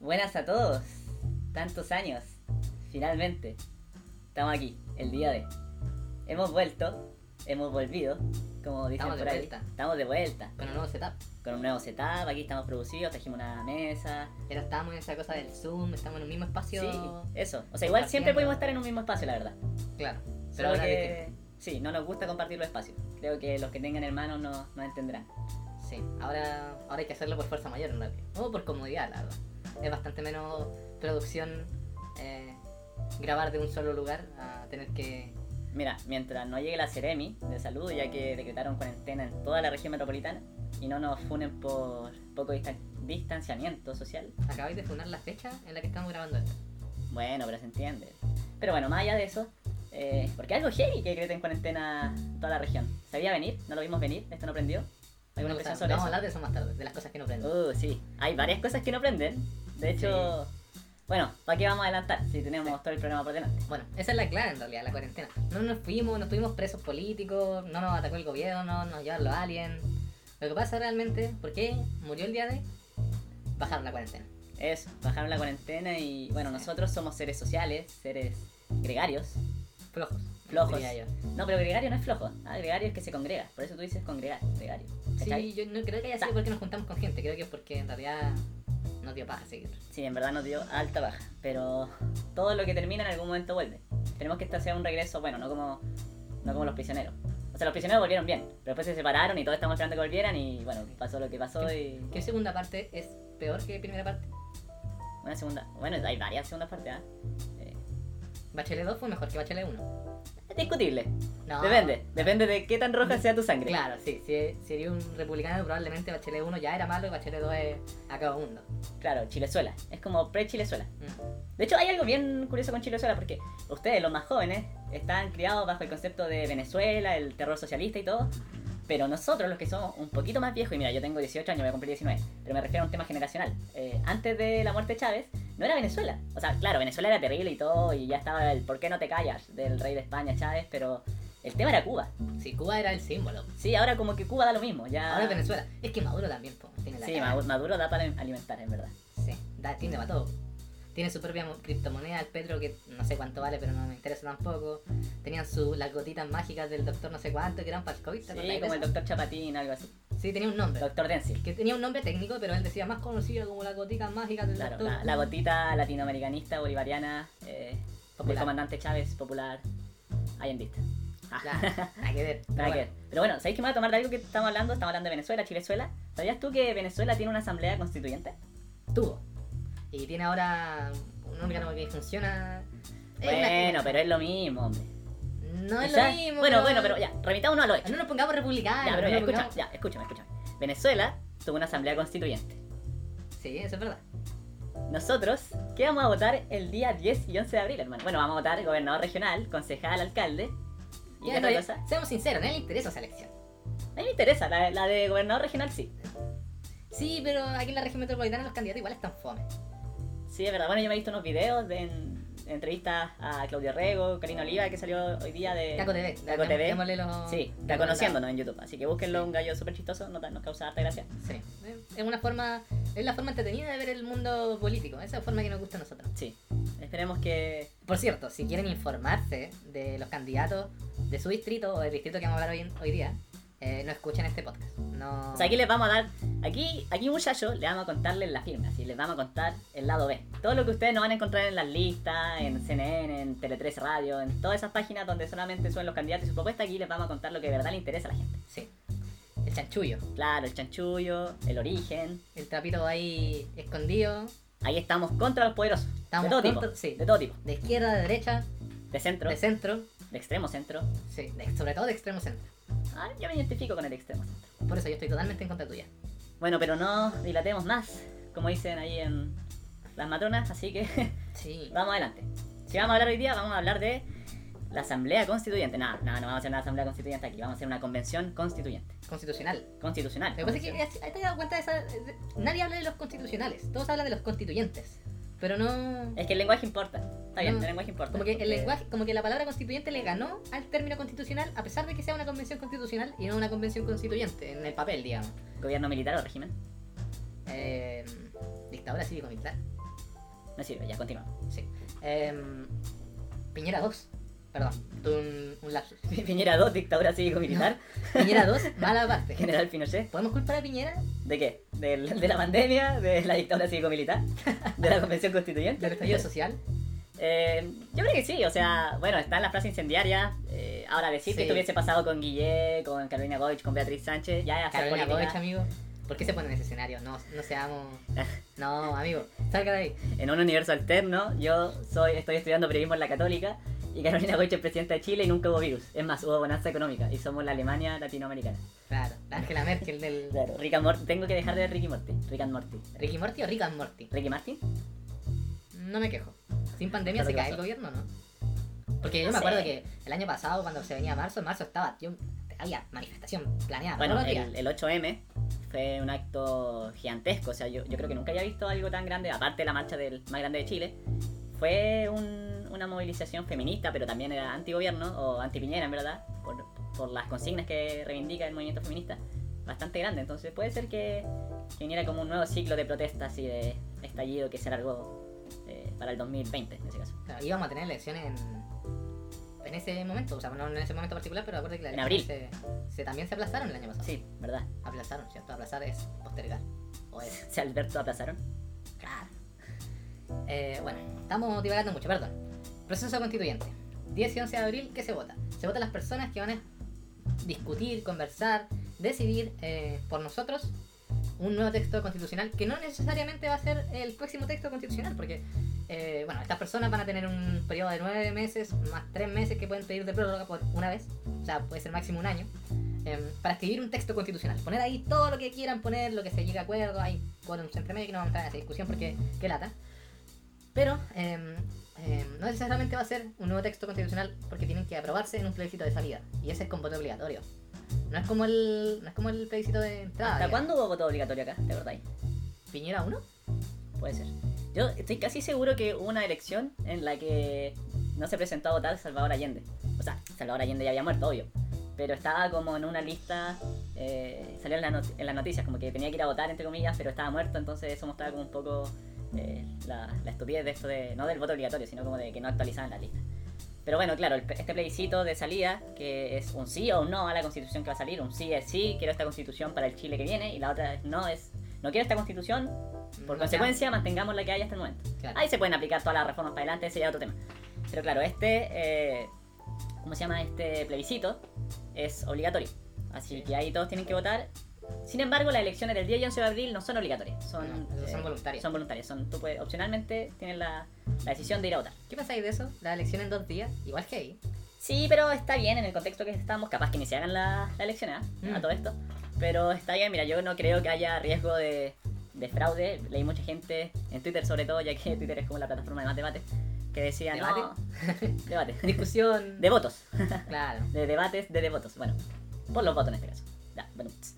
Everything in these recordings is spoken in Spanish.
Buenas a todos. Tantos años. Finalmente. Estamos aquí, el día de. Hemos vuelto, hemos volvido, como dicen Estamos de por ahí. vuelta. Estamos de vuelta. con un nuevo setup. Con un nuevo setup, aquí estamos producidos, trajimos una mesa. Pero estábamos en esa cosa del Zoom, estamos en un mismo espacio. Sí, eso. O sea, igual siempre Compartiendo. pudimos estar en un mismo espacio, la verdad. Claro. Pero Solo ahora que- que... Sí, no nos gusta compartir los espacios. Creo que los que tengan hermanos no, no entenderán. Sí, ahora, ahora hay que hacerlo por fuerza mayor en realidad. O por comodidad, la verdad. Es bastante menos producción eh, grabar de un solo lugar a tener que. Mira, mientras no llegue la Ceremi de salud, ya que decretaron cuarentena en toda la región metropolitana, y no nos funen por poco distan- distanciamiento social, Acabáis de funar la fecha en la que estamos grabando esto. bueno, pero se entiende. Pero bueno, más allá de eso, eh, porque algo heavy que decreten cuarentena toda la región. ¿Sabía venir? ¿No lo vimos venir? ¿Esto no prendió? ¿Alguna No, o sea, impresión sobre vamos eso? a hablar de eso más tarde, de las cosas que no prendo. Uh, sí. Hay varias cosas que no prenden. De hecho, bueno, ¿para qué vamos a adelantar si tenemos todo el programa por delante? Bueno, esa es la clave en realidad, la cuarentena. No nos fuimos, no tuvimos presos políticos, no nos atacó el gobierno, no nos llevaron los aliens. Lo que pasa realmente, ¿por qué murió el día de? Bajaron la cuarentena. Eso, bajaron la cuarentena y bueno, nosotros somos seres sociales, seres gregarios. Flojos. Flojos. diría yo. No, pero gregario no es flojo. Ah, gregario es que se congrega. Por eso tú dices congregar, gregario. ¿Cachai? Sí, yo no creo que haya sido porque nos juntamos con gente, creo que es porque en realidad nos dio paz seguir. Sí, en verdad nos dio alta baja, pero todo lo que termina en algún momento vuelve. Tenemos que este sea un regreso, bueno, no como, no como los prisioneros. O sea, los prisioneros volvieron bien, pero después se separaron y todos estamos esperando que volvieran y bueno, pasó lo que pasó y... ¿Qué segunda parte es peor que primera parte? Una segunda... Bueno, hay varias segundas partes, ¿ah? Eh, Bachelet 2 fue mejor que Bachelet 1. es discutible. No. Depende, depende de qué tan roja sea tu sangre. Ah. Claro, sí, si sería un republicano probablemente Bachelet 1 ya era malo y Bachelet 2 es acaba mundo. Claro, Chilezuela. Es como pre-Chilezuela. Mm. De hecho, hay algo bien curioso con Chilezuela porque ustedes, los más jóvenes, están criados bajo el concepto de Venezuela, el terror socialista y todo. Pero nosotros, los que somos un poquito más viejos, y mira, yo tengo 18 años, voy a cumplir 19, pero me refiero a un tema generacional. Eh, antes de la muerte de Chávez, no era Venezuela. O sea, claro, Venezuela era terrible y todo, y ya estaba el ¿por qué no te callas? del rey de España, Chávez, pero el tema era Cuba. Sí, Cuba era el símbolo. Sí, ahora como que Cuba da lo mismo, ya... Ahora es Venezuela. Es que Maduro también, po, tiene la Sí, cara. Madu- Maduro da para alimentar, en verdad. Sí, da, tiene para todo. Tiene su propia mo- criptomoneda, el Petro, que no sé cuánto vale, pero no me interesa tampoco. Tenían su, las gotitas mágicas del doctor no sé cuánto, que eran para el COVID. ¿te acordás Sí, de como el eso? doctor Chapatín, algo así. Sí, tenía un nombre. Doctor Densil. Que tenía un nombre técnico, pero él decía más conocido como las gotitas mágicas del Claro, doctor. la, la gotita latinoamericanista, bolivariana, eh, del Popular. comandante Chávez, popular, allendista. Ah, Claro, nada que ver. nada Pero que bueno, ver. Pero bueno, ¿sabéis que me voy a tomar de algo que estamos hablando? Estamos hablando de Venezuela, Chilezuela. ¿Sabías tú que Venezuela tiene una asamblea constituyente? Tuvo. Y tiene ahora un órgano que funciona. Es una- Bueno, pero es lo mismo, hombre. No es Quizás- lo mismo. Bueno, bueno, pero ya, remitámonos a lo hecho. No nos pongamos republicanos. ya, pero no ya, nos escúchame, pongamos- ya, escúchame, escúchame. Venezuela tuvo una asamblea constituyente. Sí, eso es verdad. Nosotros, ¿qué vamos a votar el día 10 y 11 de abril, hermano? Bueno, vamos a votar gobernador regional, concejal, alcalde. ¿Y Ya, qué no, otra ya, cosa? Seamos sinceros, no le interesa esa elección. A mí me interesa, la, la de gobernador regional sí. Sí, pero aquí en la región metropolitana los candidatos igual están fome. Sí, es verdad. Bueno, yo me he visto unos videos de en- de entrevistas a Claudio Rego, Karina Oliva, que salió hoy día de... Taco TV. Taco llam- TV. llamémosle los- Sí, los está mandados. conociéndonos en YouTube. Así que búsquenlo, Sí. un gallo súper chistoso, no ta- nos causa harta gracia. Sí. Es una forma. Es la forma entretenida de ver el mundo político. Esa es la forma que nos gusta a nosotros. Sí, esperemos que... Por cierto, si quieren informarse de los candidatos de su distrito o del distrito que vamos a hablar hoy, hoy día, eh, no escuchen este podcast. No... O sea, aquí les vamos a dar... Aquí, aquí muchachos, les vamos a contarles la firma, así les vamos a contar el lado B. Todo lo que ustedes no van a encontrar en las listas, en CNN, en Tele 13 Radio, en todas esas páginas donde solamente suben los candidatos y su propuesta, aquí les vamos a contar lo que de verdad le interesa a la gente. Sí. El chanchullo. Claro, el chanchullo, el origen, El trapito ahí escondido. Ahí estamos contra los poderosos. Estamos de todo contra- tipo. sí. De todo tipo. De izquierda, de derecha, De centro, de de, centro. extremo centro. Sí. de- sobre todo de extremo centro. Ah, yo me identifico con el extremo centro. Por eso yo estoy totalmente en contra tuya. Bueno, pero no dilatemos más, como dicen ahí en las matronas, así que Sí. vamos adelante. Si vamos a hablar hoy día, vamos a hablar de la Asamblea Constituyente. No, no, no vamos a hacer una Asamblea Constituyente aquí, vamos a hacer una convención constituyente. Constitucional. Ah, Constitucional. Lo que pasa es que convención. ahí te has dado cuenta de esa. de- nadie habla de los constitucionales, todos hablan de los constituyentes. Pero no. Es que el lenguaje importa. Está bien, No, el lenguaje importa. Mm, Como que el porque- lenguaje, como que la palabra constituyente le ganó al término constitucional, a pesar de que sea una convención constitucional y no una convención constituyente, en el papel, digamos. Gobierno militar o régimen. Eh, dictadura cívico militar. No sirve, ya continúa. Sí. Em, Piñera 2. Perdón, tuve un, un lapsus. Piñera 2, dictadura cívico-militar, Piñera 2, mala parte. general Pinochet. ¿Podemos culpar a Piñera ¿De qué? ¿Del- ¿De la pandemia? ¿De la dictadura cívico-militar? ¿De la convención constituyente? del estallido social? Eh, yo creo que sí, o sea, bueno, están las frases incendiarias. eh, ahora, decir que Sí. esto hubiese pasado con Guillé, con Carolina Goich, con Beatriz Sánchez, ya es hacer Carolina política. Goich, amigo. ¿Por qué se pone en ese escenario? No, no seamos. No, amigo, salga de ahí. En un universo alterno, yo soy, estoy estudiando periodismo en la Católica y Carolina Goich es presidenta de Chile y nunca hubo virus. Es más, hubo bonanza económica y somos la Alemania latinoamericana. Claro, la Angela Merkel del. Claro, Rick and Morty, tengo que dejar de ver Rick y Morty. Rick and Morty. ¿Ricky Morty o Rick and Morty? ¿Ricky Martin? No me quejo. Sin pandemia Claro se que cae el pasó. gobierno, ¿no? Porque yo No me acuerdo sé. que el año pasado, cuando se venía marzo, en marzo estaba. yo- había manifestación planeada. Bueno, Ah, todos los días. el, el 8M fue un acto gigantesco, o sea, yo, yo creo que nunca había visto algo tan grande, aparte de la marcha del más grande de Chile. Fue un- una movilización feminista, pero también era antigobierno o antipiñera, en verdad, por, por las consignas que reivindica el movimiento feminista. Bastante grande, entonces puede ser que, que viniera como un nuevo ciclo de protestas y de estallido que se alargó eh, para el 2020, en ese caso. Claro, íbamos a tener elecciones en, en ese momento, o sea, no en ese momento particular, pero acuérdate que las En elecciones Se, se- también se aplazaron el año pasado. Sí, ¿verdad? Aplazaron, ¿cierto? Aplazar es postergar. O es. ¿Se Alberto aplazaron? Claro. Eh, bueno, estamos divagando mucho, perdón. Proceso constituyente. 10 y 11 de abril, ¿qué se vota? Se votan las personas que van a discutir, conversar, decidir eh, por nosotros un nuevo texto constitucional que no necesariamente va a ser el próximo texto constitucional, porque, eh, bueno, estas personas van a tener un periodo de 9 meses más 3 meses que pueden pedir de prórroga por una vez, o sea, puede ser máximo un año, em, para escribir un texto constitucional. Poner ahí todo lo que quieran poner, lo que se llegue a acuerdo, hay quórums entre medio que no vamos a entrar en esa discusión porque qué lata. Pero em, em, no necesariamente va a ser un nuevo texto constitucional porque tienen que aprobarse en un plebiscito de salida. Y ese es con voto obligatorio. No es como el, no es como el plebiscito de entrada. ¿Hasta digamos. cuándo hubo voto obligatorio acá? ¿Te acordáis? ¿Piñera 1? Puede ser. Yo estoy casi seguro que hubo una elección en la que no se presentó a votar Salvador Allende. O sea, Salvador Allende ya había muerto, obvio. Pero estaba como en una lista, eh, salió en, la not- en las noticias, como que tenía que ir a votar, entre comillas, pero estaba muerto, entonces eso mostraba como un poco eh, la, la estupidez de esto de, no del voto obligatorio, sino como de que no actualizaban la lista. Pero bueno, claro, el pe- este plebiscito de salida, que es un sí o un no a la constitución que va a salir, un sí es sí, quiero esta constitución para el Chile que viene, y la otra es no, es no quiero esta constitución, por consecuencia, mantengamos la que hay hasta el momento. Claro. Ahí se pueden aplicar todas las reformas para adelante, ese ya es otro tema. Pero claro, este, eh, ¿cómo se llama? Este plebiscito es obligatorio. Así Sí. que ahí todos tienen que votar. Sin embargo, las elecciones del 10 y 11 de abril no son obligatorias. Son, eh, No, son voluntarias. Son voluntarias. Son, tú puedes, opcionalmente tienes la, la decisión de ir a votar. ¿Qué pensáis de eso? La elección en dos días, igual que ahí. Sí, pero está bien en el contexto que estamos. Capaz que ni se hagan la- las elecciones ¿ah? Mm. a todo esto. Pero está bien, mira, yo no creo que haya riesgo de, de fraude. Leí mucha gente en Twitter, sobre todo, ya que Twitter es como la plataforma de más debate, que decía. No, debate. Discusión. De votos. Claro. De debates, de, de votos. Bueno, por los votos en este caso. Ya, bueno, tss.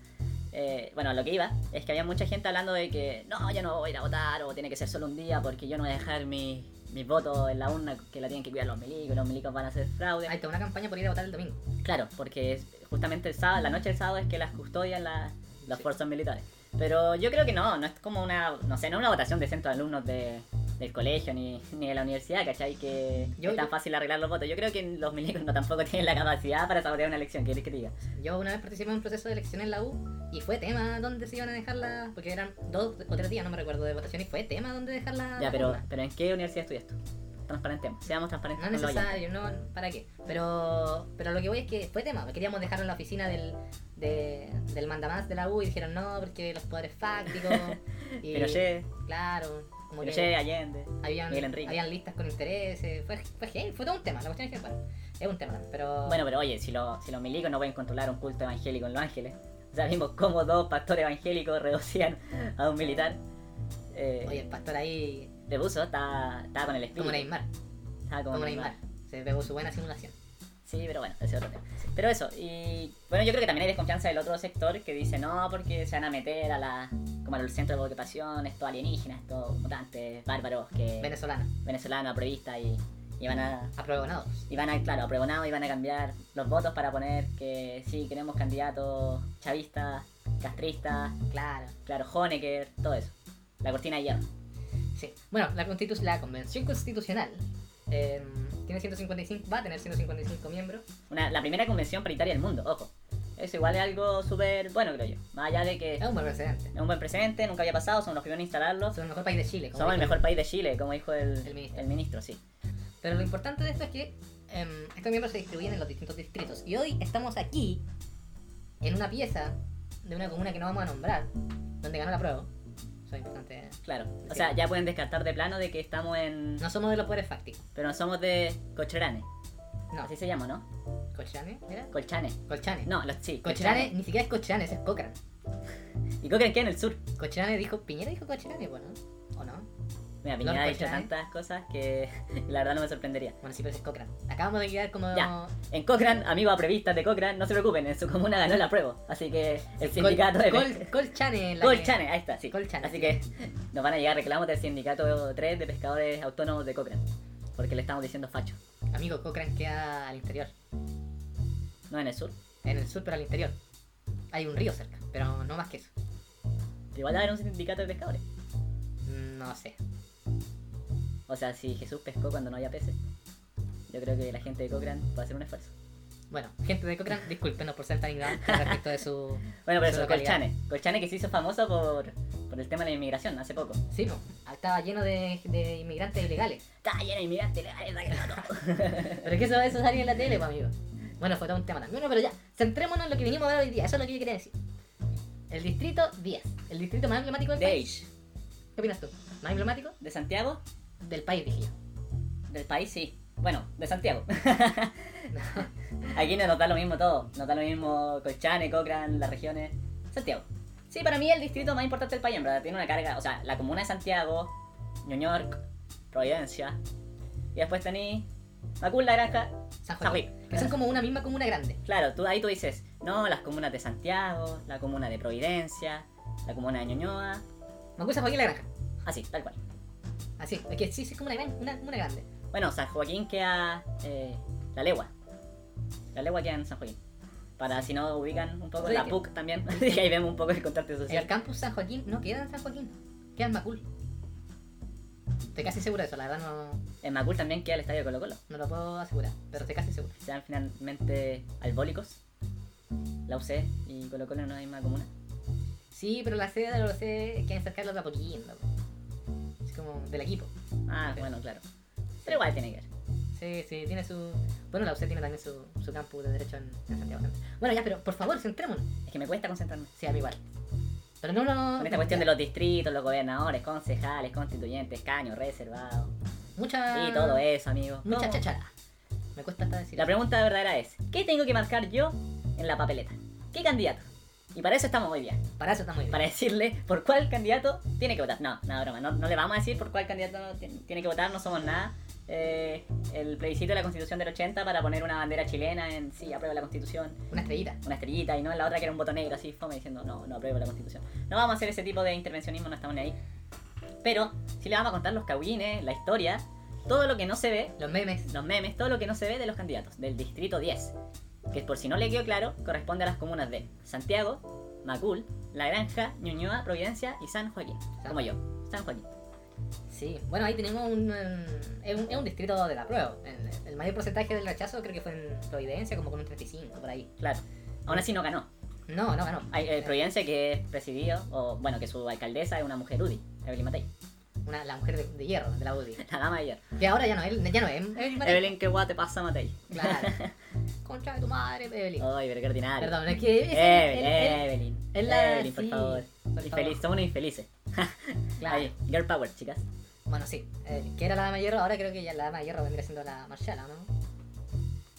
Eh, bueno, a lo que iba es que había mucha gente hablando de que no, yo no voy a ir a votar o tiene que ser solo un día porque yo no voy a dejar mi- mis votos en la urna que la tienen que cuidar los milicos, los milicos van a hacer fraude. Hay toda una campaña por ir a votar el domingo. Claro, porque es justamente el sábado, la noche del sábado es que las custodian la- las Sí. fuerzas militares. Pero yo creo que no, no es como una, no sé, no es una votación de centro de alumnos de, del colegio ni, ni de la universidad, ¿cachai? Que Yo- es tan yo- fácil arreglar los votos. Yo creo que los milicos no tampoco tienen la capacidad para sabotear una elección, ¿qué quieres que te diga? Yo una vez participé en un proceso de elección en la U y fue tema dónde se iban a dejar las. Porque eran dos o tres días, no me recuerdo, de votación y fue tema dónde dejar las. Ya, pero, urnas. pero ¿en qué universidad estudias tú? Transparentemos, seamos transparentes. No es con los oyentes. necesario, no, ¿para qué? Pero, pero lo que voy es que fue tema, queríamos dejarlo en la oficina del, de, del mandamás de la U y dijeron no, porque los poderes fácticos. y, Pinochet, Claro, como que- Pinochet, Allende. Habían, Miguel Enrique. habían listas con intereses, fue, fue, gay, fue todo un tema, la cuestión es que bueno, es un tema, pero Bueno, pero oye, si, lo- si los milicos no pueden controlar un culto evangélico en Los Ángeles, ya vimos cómo dos pastores evangélicos reducían a un militar. Eh, oye, el pastor ahí, de buzo estaba, estaba con el como espíritu. Neymar, Estaba como como Neymar. Neymar, se pegó su buena simulación. Sí, pero bueno, ese es otro tema. Pero eso, y bueno, yo creo que también hay desconfianza del otro sector que dice no, porque se van a meter a la, como al centro de vocación, estos alienígenas, estos mutantes, bárbaros, que Venezolana, venezolanos, aprobistas, y, y van a aprobonados. Y van a, claro, apregonado y van a cambiar los votos para poner que sí, queremos candidatos chavistas, castristas, Claro. claro, Honecker, todo eso. La cortina de hierro. Sí. Bueno, la, constitu- la convención constitucional eh, tiene 155, va a tener 155 miembros. Una, la primera convención paritaria del mundo, ojo. Eso igual es algo súper bueno, creo yo. Más allá de que Es un buen precedente. es un buen precedente, nunca había pasado, somos los primeros en instalarlo. Son el mejor país de Chile. como Somos el dijo. mejor país de Chile, como dijo el, El ministro. el ministro, sí. Pero lo importante de esto es que em, estos miembros se distribuyen en los distintos distritos. Y hoy estamos aquí, en una pieza de una comuna que no vamos a nombrar, donde ganó la prueba. Eso es importante. Claro. O Sí. sea, ya pueden descartar de plano de que estamos en. No somos de los poderes fácticos. Pero no somos de Cocherane. No. Así se llama, ¿no? ¿Colchane? ¿Era? Colchane. Colchane. No, los sí. Cochrane ni siquiera es Cochrane, ese es Cochrane. Colchane. ¿Y Cochrane queda en el sur? Cochrane dijo, Piñera dijo Cochrane, bueno, ¿o no? Mira, Piñera ha dicho Colchane. tantas cosas que la verdad no me sorprendería. Bueno, sí, pero ese es Cochrane. Acabamos de quedar como... Ya. En Cochrane, amigos aprevistas de Cochrane, no se preocupen, en su comuna ganó la prueba. Así que el sindicato de. Col, Colchane. la que- Colchane, ahí está, sí. Colchane, Así sí. que nos van a llegar reclamos del sindicato 3 de pescadores autónomos de Cochrane. Porque le estamos diciendo facho. Amigo, Cochrane queda al interior. No en el sur. En el sur, pero al interior. Hay un río cerca, pero no más que eso. Pero igual va a haber un sindicato de pescadores. No sé. O sea, si Jesús pescó cuando no había peces, yo creo que la gente de Cochrane puede hacer un esfuerzo. Bueno, gente de Cochrane, discúlpenos por ser tan ignorantes respecto de su... Bueno, pero Su eso, localidad. Colchane. Colchane que se hizo famoso por, por el tema de la inmigración hace poco. Sí, no. Estaba lleno de, de inmigrantes ilegales. Está lleno de inmigrantes legales, sáquenlo todo. Pero es que eso, eso salió en la tele, pues, amigo. Bueno, fue todo un tema también. Bueno, pero ya, centrémonos en lo que vinimos a ver hoy día. Eso es lo que yo quería decir. El distrito 10. El distrito más emblemático del país. Deish. ¿Qué opinas tú? ¿Más emblemático? ¿De Santiago? Del país, dije yo. Del país, sí. Bueno, de Santiago. Aquí no nos da lo mismo todo. Nos da lo mismo Colchane, Cochrane, las regiones. Santiago. Sí, para mí el distrito más importante del país, en verdad. Tiene una carga, o sea, la comuna de Santiago, New York, Providencia. Y después tenéis Macul, La Granja, San San Joaquín. Joaquín. Que son como una misma comuna grande. Claro, tú, ahí tú dices, no, las comunas de Santiago, la comuna de Providencia, la comuna de Ñuñoa, Macul, San Joaquín y La Granja. así, tal cual. Así, es que sí, sí, es como una, gran, una comuna grande. Bueno, San Joaquín queda eh, la legua. La legua queda en San Joaquín. Para si no ubican un poco Sí, la que- PUC también, que ahí vemos un poco el contacto El social. campus San Joaquín no queda en San Joaquín. Queda en Macul. Estoy casi seguro de eso, la verdad no, En Macul también queda el estadio de Colo Colo. no lo puedo asegurar, pero estoy casi seguro. Sean finalmente albólicos. La UC y Colo Colo en una misma comuna. Sí, pero la sede de la sede queda cerca de la Poquillo. Es como del equipo. Ah, Sí. bueno, claro. Pero igual tiene que ver. Sí, sí, tiene su. Bueno, la UC tiene también su, su campus de derecho en, en Santiago Centro. Bueno, ya, pero por favor, centrémonos. Es que me cuesta concentrarme. Sí, a mí igual. Pero no, no, no. Con esta cuestión de los distritos, los gobernadores, concejales, constituyentes, caños, reservados. Mucha. Y todo eso, amigo. Ah. Mucha No. chachara. Me cuesta hasta decir. La pregunta verdadera es, ¿qué tengo que marcar yo en la papeleta? ¿Qué candidato? Y para eso estamos hoy día, Para eso está muy bien. para decirle por cuál candidato tiene que votar. No, nada, broma, no, no le vamos a decir por cuál candidato ti- tiene que votar, no somos nada. Eh, el plebiscito de la constitución del 80 para poner una bandera chilena en sí, aprueba la constitución, Una estrellita. una estrellita y no en la otra que era un botón negro así, fome diciendo no, no apruebo la constitución. No vamos a hacer ese tipo de intervencionismo, no estamos ni ahí. Pero sí le vamos a contar los cagüines, la historia, todo lo que no se ve Los memes. los memes, todo lo que no se ve de los candidatos del distrito 10, que por si no le quedó claro, corresponde a las comunas de Santiago, Macul, La Granja, Ñuñoa, Providencia y San Joaquín, como yo, San Joaquín. Sí. Bueno, ahí tenemos un. em, Es un, es un distrito de la prueba. El, el mayor porcentaje del rechazo creo que fue en Providencia, como con un 35 por ahí. Claro. Aún así no ganó. No, no, ganó. Hay, eh, Providencia que es presidido, o bueno, que su alcaldesa es una mujer UDI, Evelyn Matei, Una, la mujer de, de hierro, de la UDI. la dama de ayer. Que ahora ya no, él, ya no es. Evelyn Matei. Evelyn, qué guate pasa Matei. Claro. Concha de tu madre, Evelyn. Ay, pero qué ordinario. Perdón, es que. es- Evelyn, él- él- Evelyn. él la- Evelyn, por sí, favor. por Infeliz, favor. somos unos infelices. Claro. Ahí, girl power, chicas. Bueno, sí. eh, que era la dama de hierro, ahora creo que ya la dama de hierro vendría siendo la Marcela, ¿no?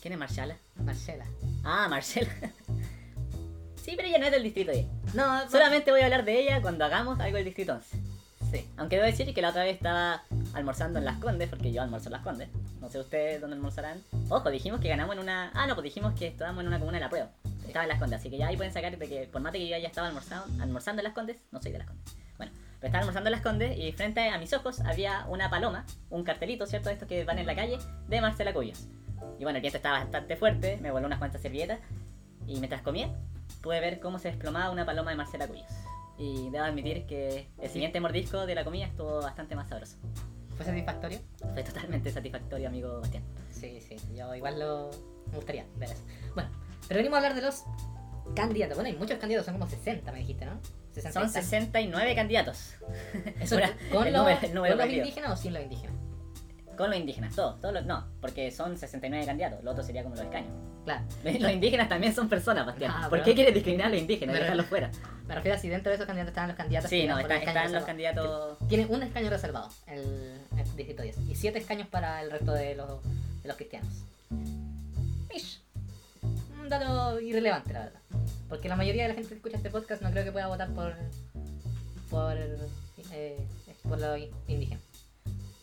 ¿Quién es Marchala? Marcela. Ah, Marcela. Sí, pero ella no es del distrito 10. No, no- Solamente voy a hablar de ella cuando hagamos algo del distrito 11. Sí. Aunque debo decir que la otra vez estaba almorzando en Las Condes, porque yo almuerzo en Las Condes. No sé ustedes dónde almorzarán. Ojo, dijimos que ganamos en una. Ah, no, pues dijimos que estábamos en una comuna de la prueba. Estaba en Las Condes, así que ya ahí pueden sacar de que por mate que yo ya estaba almorzado, almorzando en Las Condes, no soy de Las Condes. Bueno, pero estaba almorzando en Las Condes y frente a mis ojos había una paloma, un cartelito, ¿cierto? Estos que van en la calle, de Marcela Cuyos. Y bueno, el viento estaba bastante fuerte, me voló unas cuantas servilletas y mientras comía, pude ver cómo se desplomaba una paloma de Marcela Cuyos. Y debo admitir que el siguiente mordisco de la comida estuvo bastante más sabroso. ¿Fue satisfactorio? Fue totalmente satisfactorio, amigo Bastián. Sí, sí, yo igual lo... me gustaría ver eso. Bueno, pero venimos a hablar de los candidatos. Bueno, hay muchos candidatos, son como 60 me dijiste, ¿no? 60 Son y tantos. 69 candidatos. Eso, Ahora, ¿Con, el los- número- el número con los perdido. indígenas o sin los indígenas? Con los indígenas, todos, todos los. No, porque son 69 candidatos, lo otro sería como los escaños. Claro, Los indígenas también son personas, Bastián. Ah, ¿Por pero- qué quieres discriminar a los indígenas y Pero- dejarlos fuera? me refiero a si dentro de esos candidatos estaban los candidatos Sí, que no, iban por está- el escaño están los reservado. candidatos. Tiene un escaño reservado, el, el distrito 10, y 7 escaños para el resto de los, de los cristianos. Mish. Un dato irrelevante, la verdad. Porque la mayoría de la gente que escucha este podcast no creo que pueda votar por. por. eh, por lo i- indígena.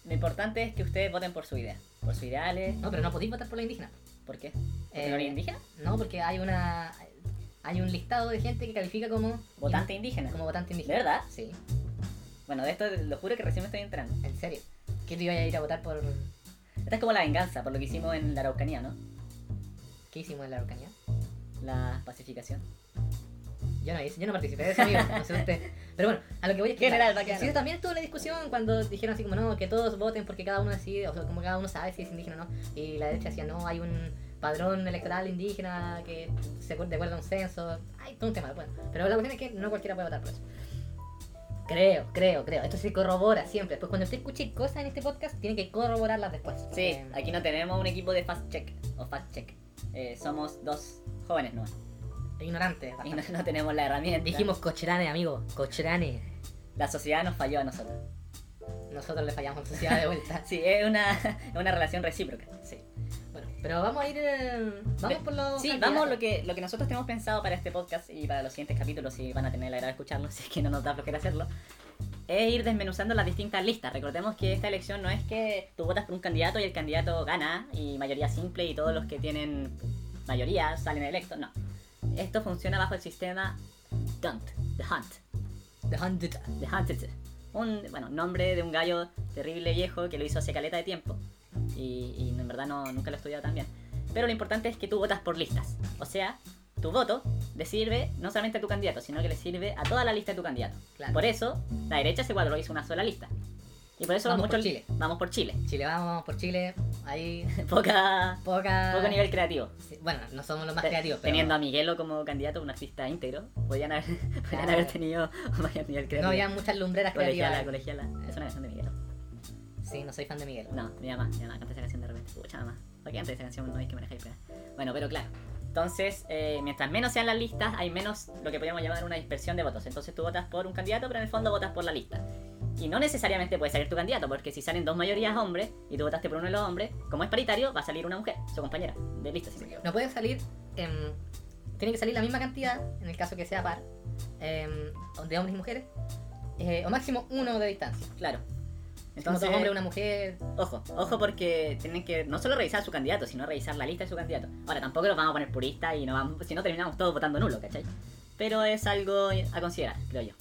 Lo importante es que ustedes voten por su idea, por sus ideales. No, pero no podéis votar por lo indígena. ¿Por qué? Eh, ¿Porque no eres indígena? No, porque hay una. hay un listado de gente que califica como. Votante indígena. como votante ¿De indígena. verdad? Sí, Bueno, de esto lo juro que recién me estoy entrando. en serio. ¿Qué te iba a ir a votar por. Esta es como la venganza por lo que hicimos en la Araucanía, ¿no? ¿Qué hicimos en la Araucanía? La pacificación. Yo no, hice- yo no participé de eso, amigo. No sé usted. Pero bueno, a lo que voy es que. General, claro, bacano. sí, también tuvo una discusión cuando dijeron así como no, que todos voten porque cada uno decide, o sea, como cada uno sabe si es indígena o no. Y la derecha decía no, hay un padrón electoral indígena que se acu- de acuerdo a un censo. Hay todo un tema, bueno. Pero la cuestión es que no cualquiera puede votar por eso. Creo, creo, creo. Esto se corrobora siempre. Pues cuando usted escuche cosas en este podcast, tiene que corroborarlas después. Sí, Eh, aquí no tenemos un equipo de fast check o fact check. Eh, somos dos jóvenes nomás. Ignorante. Y no, no tenemos la herramienta. Dijimos cocherane, amigo. Cocherane. La sociedad nos falló a nosotros. Nosotros le fallamos en sociedad de vuelta. Sí, es una, es una relación recíproca. Sí, Bueno, pero vamos a ir. eh, vamos Ve- por los. sí candidatos. vamos lo que, lo que nosotros tenemos pensado para este podcast y para los siguientes capítulos, si van a tener la agrado de escucharlo, si es que no nos da flojera hacerlo, es ir desmenuzando las distintas listas. Recordemos que esta elección no es que tú votas por un candidato y el candidato gana, y mayoría simple y todos los que tienen mayoría salen electos, no. Esto funciona bajo el sistema DUNT, The Hunt. The Hundred. The Hunted. Un bueno, nombre de un gallo terrible viejo que lo hizo hace caleta de tiempo. Y, y en verdad no, nunca lo he estudiado tan bien. Pero lo importante es que tú votas por listas. O sea, tu voto le sirve no solamente a tu candidato, sino que le sirve a toda la lista de tu candidato. Claro. Por eso, la derecha se cuadró y hizo una sola lista. Y por eso Vamos por muchos Chile. Vamos por Chile. Chile, vamos por Chile. Ahí. Poca, Poca. poco nivel creativo. Sí, Bueno, no somos los más Te- creativos, pero. Teniendo a Miguelo como candidato, un artista íntegro, podrían haber, podrían haber tenido mayor nivel creativo. No había muchas lumbreras colegiala, creativas. colegiala. Es una canción de Miguelo. Sí, no soy fan de Miguel. No, mi mamá, mi mamá canta esa canción de repente. Pucha mamá. ¿Por qué canta esa canción? No es que maneja pena. Bueno, pero claro. Entonces, eh, mientras menos sean las listas, hay menos lo que podríamos llamar una dispersión de votos. Entonces tú votas por un candidato, pero en el fondo votas por la lista. Y no necesariamente puede salir tu candidato, porque si salen dos mayorías hombres y tú votaste por uno de los hombres, como es paritario, va a salir una mujer, su compañera, de lista. si me equivoco. No pueden salir. em, tiene que salir la misma cantidad, en el caso que sea par, em, de hombres y mujeres. eh, o máximo uno de distancia. Claro. Entonces, Entonces, dos hombres, una mujer. Ojo, ojo porque tienen que no solo revisar a su candidato, sino revisar la lista de su candidato. Ahora, tampoco los vamos a poner puristas y no vamos, si no terminamos todos votando nulo, ¿cachai? Pero es algo a considerar, creo yo.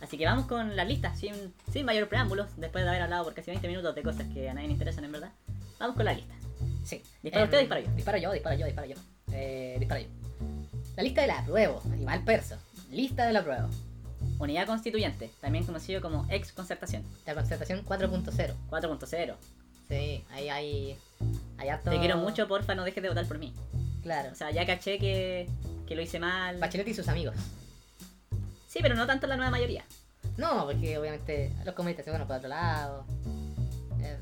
Así que vamos con la lista, sin, sin mayor preámbulos, después de haber hablado por casi 20 minutos de cosas que a nadie le interesan en verdad. Vamos con la lista. Sí. ¿Dispara usted o Em, disparo yo? Disparo yo, disparo yo, disparo yo. Eh, disparo yo. La lista del apruebo, animal perso. Lista del apruebo. Unidad Constituyente, también conocido como ex concertación. La concertación 4.0. 4.0. Sí, ahí hay. Hay harto. Te quiero mucho, porfa, no dejes de votar por mí. Claro. O sea, ya caché que, que lo hice mal. Bachelet y sus amigos. Sí, pero no tanto la nueva mayoría. No, porque obviamente los comunistas se fueron para otro lado. Eh,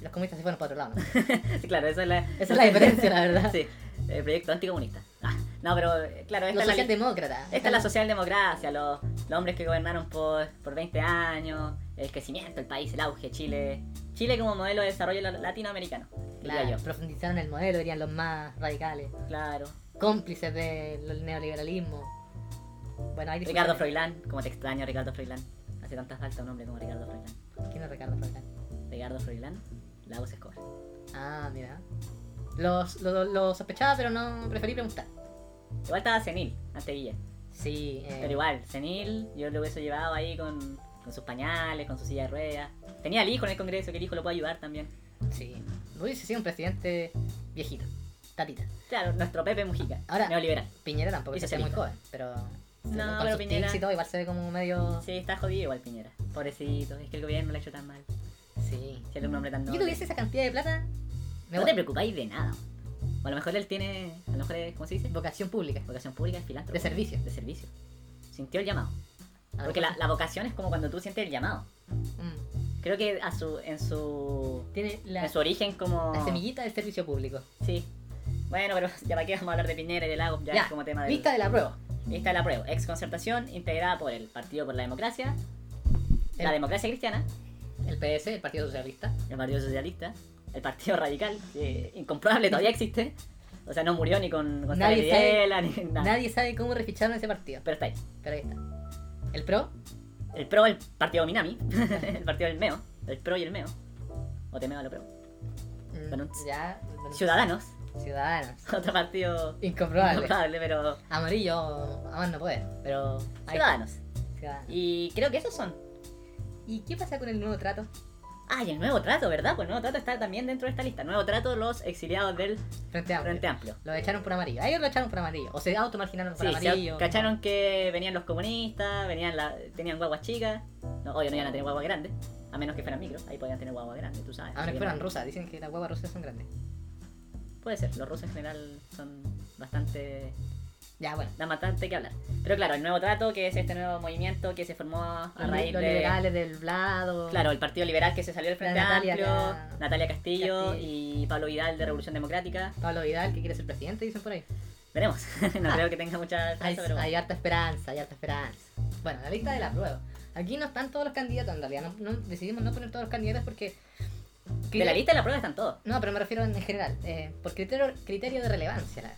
los comunistas se fueron para otro lado. ¿no? Sí, claro, esa es la, Esa es la diferencia, la verdad. Sí, el proyecto anticomunista. Ah, no, pero eh, claro, esta, Los es la, li- socialdemócratas. esta es la socialdemocracia, los, los hombres que gobernaron por, por 20 años, el crecimiento, el país, el auge, Chile. Chile como modelo de desarrollo la- latinoamericano. diría Claro, yo. profundizaron el modelo, dirían los más radicales. Claro. Cómplices del neoliberalismo. Bueno, hay Ricardo discusiones. Froilán, como te extraño, Ricardo Froilán. Hace tanta falta un hombre como Ricardo Froilán. ¿Quién es Ricardo Froilán? Ricardo Froilán, la voz escobar. Ah, mira. Los, lo, lo sospechaba, pero no preferí preguntar. Igual estaba senil, ante Guille. Sí, eh, Pero igual, senil, yo lo hubiese llevado ahí con, con sus pañales, con su silla de ruedas. Tenía al hijo en el Congreso, que el hijo lo puede ayudar también. sí. Hubiese sido un presidente viejito, tatita. Claro, nuestro Pepe Mujica. Ahora- neoliberal. Piñera tampoco Y se hacía muy socialista. joven, pero No, con pero sus Piñera- tics y todo, igual se ve como medio... Sí, está jodido igual Piñera. Pobrecito, es que el gobierno lo ha hecho tan mal. Sí. Si él es un hombre tan Yo noble. tuviese esa cantidad de plata, me No te voy. preocupáis de nada. O a lo mejor él tiene, a lo mejor es, ¿cómo se dice? Vocación pública, Vocación pública, es filántropo. de servicio. Ah, De servicio. Sintió el llamado. A lo Porque la, mejor- la vocación es como cuando tú sientes el llamado. Mm. Creo que a su, en su, Tiene la, en su origen como... la semillita del servicio público. Sí. Bueno, pero ya para qué vamos a hablar de Piñera y de Lagos, ya, Ya, es como tema de... Lista de la prueba. Lista de la prueba. Ex concertación integrada por el Partido por la Democracia, la El- Democracia Cristiana, El PS, el Partido Socialista. el Partido Socialista, el Partido Radical, que incomprobable todavía existe. O sea, no murió ni con González Nadie sabe- Videla, ni nada. Nadie sabe cómo reficharon ese partido. Pero está ahí. Pero ahí está. El PRO, El pro, el partido Minami, el partido del Meo, el pro y el Meo. O te meo a lo pro. mm, Bueno, ya. Ciudadanos, Ciudadanos. otro partido Incomprobable. probable, pero Amarillo, a más no poder. Pero. ahí está, ciudadanos. Ciudadanos. Y creo que esos son. ¿Y qué pasa con el nuevo trato? Ah, y el nuevo trato, ¿verdad? Pues el nuevo trato está también dentro de esta lista. Nuevo trato, los exiliados del Frente Amplio. Frente Amplio. Lo echaron por amarillo. A ellos lo echaron por amarillo. O se automarginaron por Sí, se amarillo. cacharon que venían los comunistas, venían la, tenían guaguas chicas. No, obvio, no iban a tener guaguas grandes. A menos que fueran micro, ahí podían tener guaguas grandes, tú sabes. A menos Así Ah, que que fueran no- rusas. Dicen que las huevas rusas son grandes. Puede ser, los rusos en general son bastante Ya, bueno. da bastante que hablar. Pero claro, el nuevo trato, que es este nuevo movimiento que se formó a Los, raíz los de... liberales del Vlado. Claro, el Partido Liberal que se salió del Frente La Natalia Amplio, Ca- Natalia Castillo, Castillo. y Pablo Vidal de Revolución Democrática. Pablo Vidal, que quiere ser presidente, dicen por ahí. Veremos, no Ah. creo que tenga mucha esperanza, Hay, pero bueno. hay harta esperanza, hay harta esperanza. Bueno, la lista de la prueba. Aquí no están todos los candidatos, en realidad. No, no- decidimos no poner todos los candidatos porque... De la lista de la prueba están todos. No, pero me refiero en general. eh, por criterio, criterio de relevancia. la-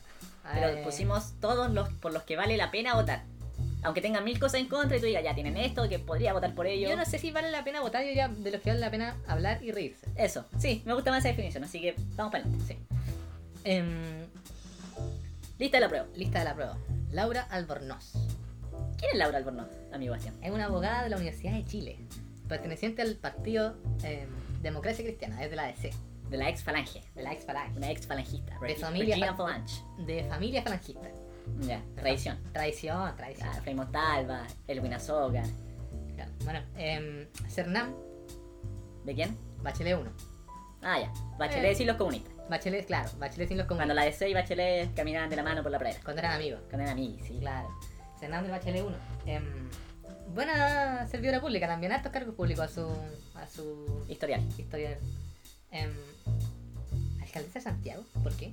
Pero eh, pusimos todos los por los que vale la pena votar. Aunque tengan mil cosas en contra y tú digas, ya tienen esto, que podría votar por ellos. Yo no sé si vale la pena votar, yo diría de los que vale la pena hablar y reírse. Eso, sí, me gusta más esa definición, así que vamos para adelante. Sí. Em, Lista de la prueba. lista de la prueba. Laura Albornoz. ¿Quién es Laura Albornoz, amigo Bastián? Es una abogada de la Universidad de Chile, perteneciente al partido em, Democracia Cristiana, es de la DC, De la ex falange. de la ex falange, Una ex falangista. De Regi- familia Regina fal- Falange. de familia falangista. Ya, traición. Traición, traición. Claro, Frei Montalva, Elwin Azoka. Claro. Bueno, eh, Cernam, ¿De quién? Bachelet 1. Ah, ya. Bachelet Eh. y los comunistas. Bachelet, claro, Bachelet sin los Cuando comunistas. la DC y Bachelet caminaban de la mano por la pradera. Cuando eran amigos. Cuando eran amigos, sí. Claro. Cernam de Bachelet 1. Em, buena servidora pública también, hartos cargos públicos a su, a su Historial. historia. Em, alcaldesa de Santiago, ¿por qué?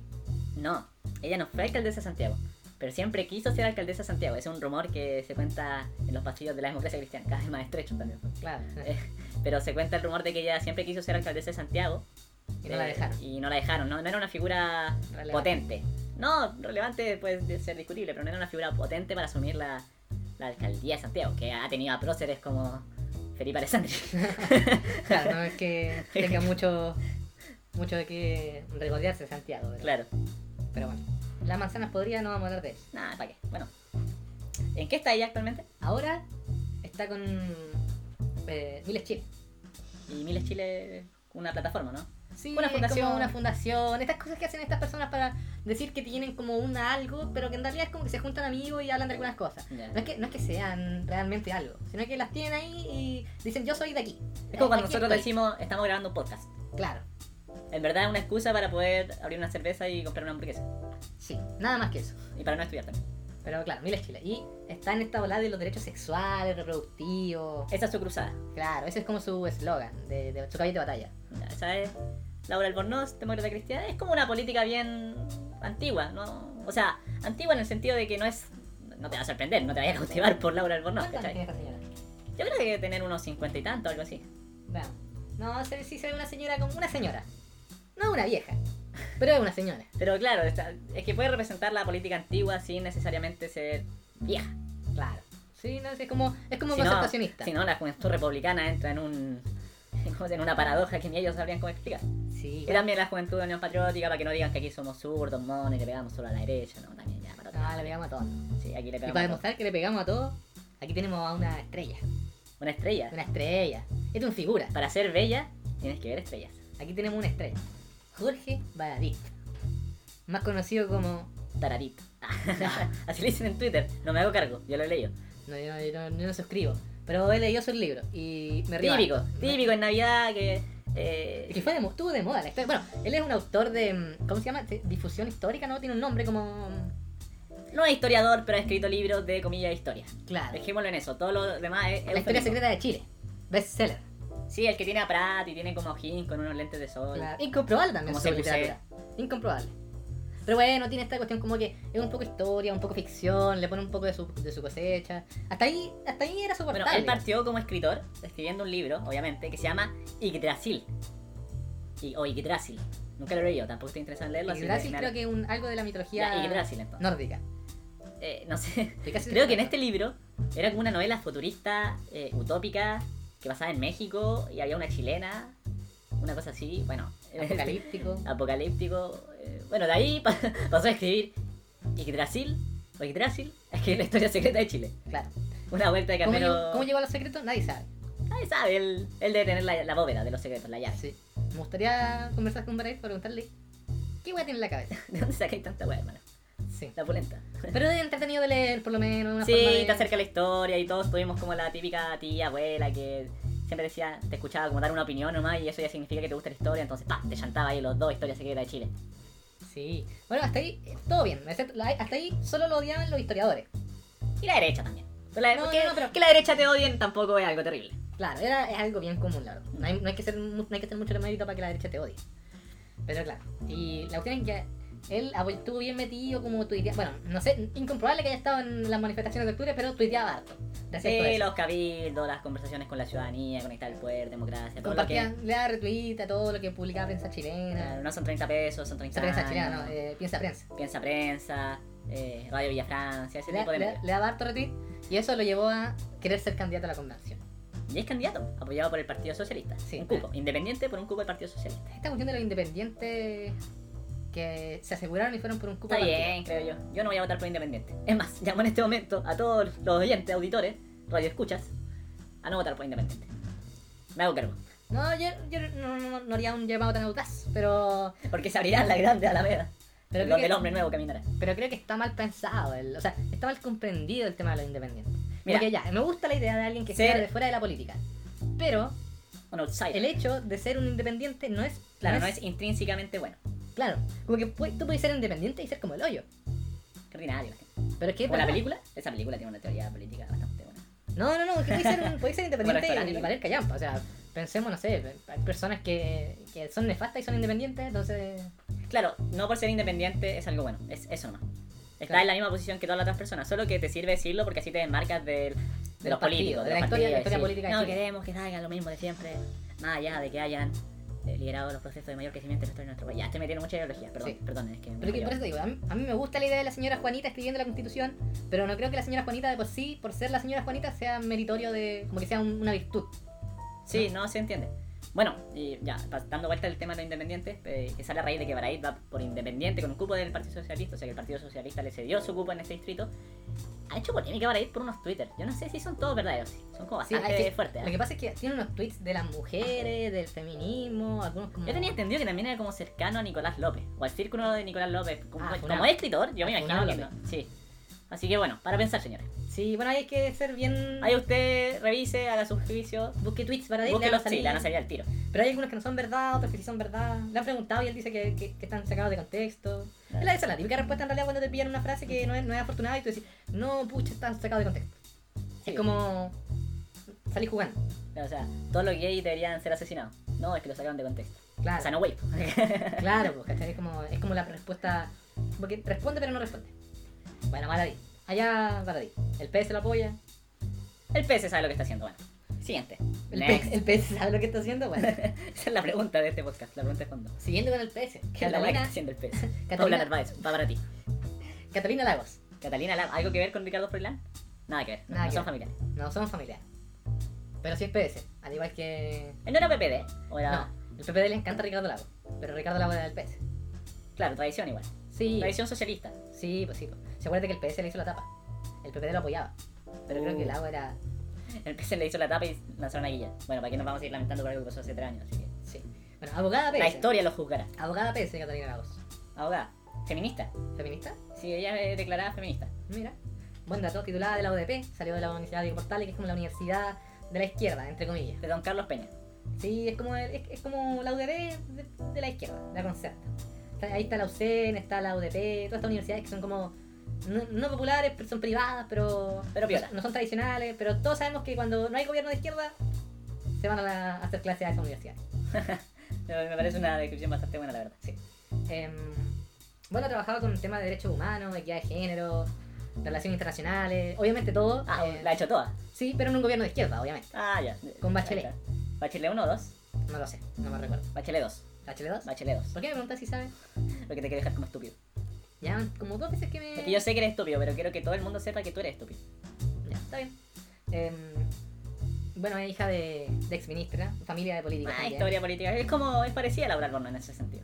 No, ella no fue alcaldesa de Santiago. Pero siempre quiso ser alcaldesa de Santiago. Es un rumor que se cuenta en los pasillos de la democracia cristiana. Cada vez más estrecho también. pues, Claro. Pero se cuenta el rumor de que ella siempre quiso ser alcaldesa de Santiago. Y no la eh, dejaron. Y no la dejaron. No, no era una figura Relevante. potente. No, relevante puede de- ser discutible, pero no era una figura potente para asumir la, la alcaldía de Santiago, que ha tenido a próceres como Felipe Alessandri. Claro, no es que tenga mucho, mucho de qué regodearse en Santiago. ¿verdad? claro. Pero bueno. Las manzanas podrían, no vamos a hablar de eso. Nada, ¿para qué? Bueno. ¿En qué está ella actualmente? Ahora está con eh, Miles Chile. Y Miles Chile, una plataforma, ¿no? Sí, Una es fundación. como una fundación. Estas cosas que hacen estas personas para decir que tienen como un algo, pero que en realidad es como que se juntan amigos y hablan de algunas cosas. Ya. No es, que, no es que sean realmente algo, sino que las tienen ahí y dicen yo soy de aquí. Es como cuando Aquí nosotros estoy. decimos, estamos grabando un podcast. Claro, En verdad es una excusa para poder abrir una cerveza y comprar una hamburguesa. sí, nada más que eso. Y para no estudiar también. Pero claro, Miles Chile. Y está en esta volada de los derechos sexuales, reproductivos. Esa es su cruzada. Claro, ese es como su eslogan, de, de su caballito de batalla. Ya, ¿Sabes? Laura Albornoz, demócrata cristiana, es como una política bien antigua, ¿no? O sea, antigua en el sentido de que no es. No te va a sorprender, no te vayas a cautivar por Laura Albornoz, ¿Cuántos años ¿cachai? tiene esta señora? Yo creo que debe tener unos cincuenta y tanto, algo así. Veamos. No, se, sí se ve una señora como una señora. No una vieja, pero es una señora. Pero claro, está- es que puede representar la política antigua sin necesariamente ser vieja. Claro. Sí, no, sí, es como, es como Si no- concertacionista. Si no, la juventud republicana entra en un. en una paradoja que ni ellos sabrían cómo explicar. Sí. Y también la juventud de Unión Patriótica, para que no digan que aquí somos zurdos, monos y le pegamos solo a la derecha, no, también ya, para Ah, le pegamos a todos. Sí, aquí le pegamos. Y para a todos. demostrar que le pegamos a todos, aquí tenemos a una estrella. Una estrella. Una estrella. Esto es un figura. Para ser bella, tienes que ver estrellas. Aquí tenemos una estrella. Jorge Badadit. Más conocido como Taradit. Así le dicen en Twitter. No me hago cargo, yo lo he leído. No, yo, no- yo no, yo no suscribo. Pero he leído sus libros y me río. Típico, harto. típico en Navidad que. Es eh, Que fue de, mo- estuvo de moda la historia. Bueno, él es un autor de. mm, ¿Cómo se llama? De difusión histórica, ¿no? Tiene un nombre como. mm, no es historiador, pero ha escrito libros de comillas de historia. Claro. Dejémoslo en eso, todo lo demás es. es La historia eufemismo. secreta de Chile. Bestseller. Sí, el que tiene a Pratt y tiene como O'Higgins con unos lentes de sol. Claro. Incomprobable también Como su CQC. literatura. Incomprobable. Pero bueno, tiene esta cuestión como que es un poco historia, un poco ficción, le pone un poco de su, de su cosecha. Hasta ahí, hasta ahí era Bueno, soportable. él partió como escritor escribiendo un libro, obviamente, que se llama Yggdrasil. Y, o Yggdrasil. Nunca lo he leído, tampoco estoy interesado en leerlo. así Yggdrasil nada. creo que es un, algo de la mitología Ya, Yggdrasil, entonces. nórdica. Eh, no sé. Que casi- Creo que en este libro era como una novela futurista, eh, utópica, que pasaba en México y había una chilena, una cosa así, bueno. eh, apocalíptico. apocalíptico. eh, bueno, de ahí pa- pasó a escribir Yggdrasil, o Yggdrasil, es que es la historia secreta de Chile. Claro. Una vuelta de ¿Cómo, camino. llegó, cómo llegó a los secretos? Nadie sabe. Nadie sabe, él, él debe tener la, la bóveda de los secretos, la llave. Sí. Me gustaría conversar con Braille para preguntarle qué hueá tiene en la cabeza. ¿De dónde sacáis tanta wea, hermano? Sí. La pulenta. Pero es entretenido de leer, por lo menos. Una Sí, forma de... te acerca la historia y todos tuvimos como la típica tía, abuela, que siempre decía, te escuchaba como dar una opinión nomás y eso ya significa que te gusta la historia, entonces pa, te chantaba ahí los dos historias secretas de Chile. Sí. Bueno, hasta ahí eh, todo bien. excepto- la- hasta ahí solo lo odiaban los historiadores. Y la derecha también. Pero la- No, porque- no, no, pero- Que la derecha te odien tampoco es algo terrible. Claro, era, es algo bien común, la verdad. No hay, no hay que ser, mu- no hay que tener mucho mérito para que la derecha te odie. Pero claro, y la cuestión es que él apo- estuvo bien metido como tuitea. Bueno, no sé, incomprobable que haya estado en las manifestaciones de octubre, pero tuiteaba harto. Gracias a todo Sí, eso. los cabildos, las conversaciones con la ciudadanía, conectar el poder, democracia, todo lo que... Ah, Compartía, le daba retweet a todo lo que publicaba prensa Claro, chilena. No son 30 pesos, son 30 Esa prensa años, chilena, no, eh, piensa prensa. Piensa Prensa, eh, Radio Villa Francia, ese Le, tipo de... le- medios. le daba harto retweet y eso lo llevó a querer ser candidato a la convención. Y es candidato, apoyado por el Partido Socialista. Sí. un cupo, independiente por un cupo del Partido Socialista. Esta cuestión de los independientes que se aseguraron y fueron por un cupo. Está al partido. bien, creo yo. Yo no voy a votar por independiente. Es más, llamo en este momento a todos los oyentes, auditores, radioescuchas, a no votar por independiente. Me hago cargo. No, yo, yo no, no- no haría un llamado tan audaz, pero, Porque se abrirá la grande alameda. Pero Pero creo donde que- el hombre nuevo caminará. pero creo que está mal pensado. el- o sea, está mal comprendido el tema de los independientes. Mira. Porque ya, me gusta la idea de alguien que Ser- sea de fuera de la política. Pero Un outsider. el hecho de ser un independiente no es. Claro, no es intrínsecamente bueno. Claro, como que pu- tú puedes ser independiente y ser como el hoyo. Qué ordinario. la gente. Pero es que. ¿O la ¿verdad? película? Esa película tiene una teoría política bastante buena. No, no, no, que puedes ser, un- puedes ser independiente Bueno, y, está- y valer callampa. O sea, pensemos, no sé, hay personas que, que son nefastas y son independientes, entonces. Claro, no por ser independiente es algo bueno. Es eso nomás. Estás Claro. en la misma posición que todas las otras personas, solo que te sirve decirlo porque así te desmarcas del, de Del los partido, políticos. de los la historia- de la partidos, historia sí. política de No Chile. queremos que salgan lo mismo de siempre, más allá de que hayan eh, liderado los procesos de mayor crecimiento en la historia de nuestro país. Ya estoy metiendo mucha ideología, perdón, Sí. perdón, es que... me Pero que enrollé. por eso te digo, a mí, a mí me gusta la idea de la señora Juanita escribiendo la constitución, pero no creo que la señora Juanita de por sí, por ser la señora Juanita, sea meritorio de. como que sea un- una virtud. Sí, no se entiende. Bueno, y ya, pa- dando vuelta al tema de los independientes, eh, que sale a raíz de que Baradit va por independiente con un cupo del Partido Socialista, o sea que el Partido Socialista le cedió su cupo en este distrito. Ha hecho polémica Baradit por unos Twitter. Yo no sé si son todos verdaderos, sí, son como Sí, bastante es que- fuertes. ¿eh? Lo que pasa es que tiene unos tweets de las mujeres, del feminismo, algunos como. Yo tenía entendido que también era como cercano a Nicolás López, o al círculo de Nicolás López. Como, Ah, como funado. es escritor, yo me Ah, imagino que funado no. Sí. Así que bueno, para pensar, señores. Sí, bueno, hay que ser bien. Ahí usted revise, haga su juicio. Busque tweets para decirle Búsquelo, sí, le van a salir al tiro. Pero hay algunos que no son verdad, otros que sí son verdad. Le han preguntado y él dice que, que- que están sacados de contexto. Es la, esa es la típica respuesta en realidad cuando te pillan una frase que no es, no es afortunada y tú decís, no, pucha, están sacados de contexto. Sí. Es como salir jugando. O sea, todos los gays deberían ser asesinados. No, es que lo sacaron de contexto. Claro. Ah, O sea, no wave. Claro, pues, ¿cachai? Es como, es como la respuesta. Porque responde pero no responde. Bueno, Baladí. Allá Baladí. El PS lo apoya. El PS sabe lo que está haciendo. Bueno, siguiente. El PS, Next. el PS sabe lo que está haciendo. Bueno, Esa es la pregunta de este podcast, la pregunta de fondo. siguiendo con el PS. ¿Qué es la weá que está Catalina, haciendo el PS? Paula Catalina, Narváez, va para ti. Catalina Lagos. Catalina Lam, ¿algo que ver con Ricardo Froilán? Nada que ver, no, Nada no que son ver. familiares. No, somos familiares. Pero sí es PS. Al igual que. Él no era PPD, o era. No, el PPD le encanta a Ricardo Lagos. Pero Ricardo Lagos era del PS. Claro, tradición igual. Sí, Tradición socialista. sí, pues sí. pues. Se acuerda que el PS le hizo la tapa. El PPD lo apoyaba. Pero Oh. creo que Lago era. Uh. El PC le hizo la tapa y lanzaron a Guilla. Bueno, para qué nos vamos a ir lamentando por algo que pasó hace tres años. Así que... Sí. Bueno, abogada PS. La historia lo juzgará. Abogada PS, Catalina Lagos. Abogada, feminista. ¿Feminista? Sí, ella es declarada feminista. Mira, buen dato, titulada de la UDP, salió de la Universidad de Portales, que es como la universidad de la izquierda, entre comillas. De Don Carlos Peña. Sí, es como, el- es, es como la UDP de, de la izquierda, la concerta. Está- Ahí está la UCEN, está la UDP, todas estas universidades que son como no, no populares, pero son privadas, pero Pero piola. no son tradicionales, pero todos sabemos que cuando no hay gobierno de izquierda, se van a, la- a hacer clases a esas universidades. Eh, Me parece una descripción bastante buena, la verdad. Em, bueno, ha trabajado con temas de derechos humanos, equidad de género, relaciones internacionales, obviamente todo. Ah, eh, la ha hecho toda. Sí, pero en un gobierno de izquierda, obviamente. Ah, ya. Con Bachelet. Ahí está. Bachelet 1 o 2. No lo sé, no me recuerdo. Bachelet 2. ¿HL2? Bachelet 2. ¿Por qué me preguntas si sabes? Lo que te quiere dejar como estúpido. Ya, como dos veces que me... Es que yo sé que eres estúpido, pero quiero que todo el mundo sepa que tú eres estúpido. Ya, está bien. Em, bueno, es hija de, de exministra, familia de políticos Ah, también. historia política. Es como, es parecida a Laura Albornoz en ese sentido.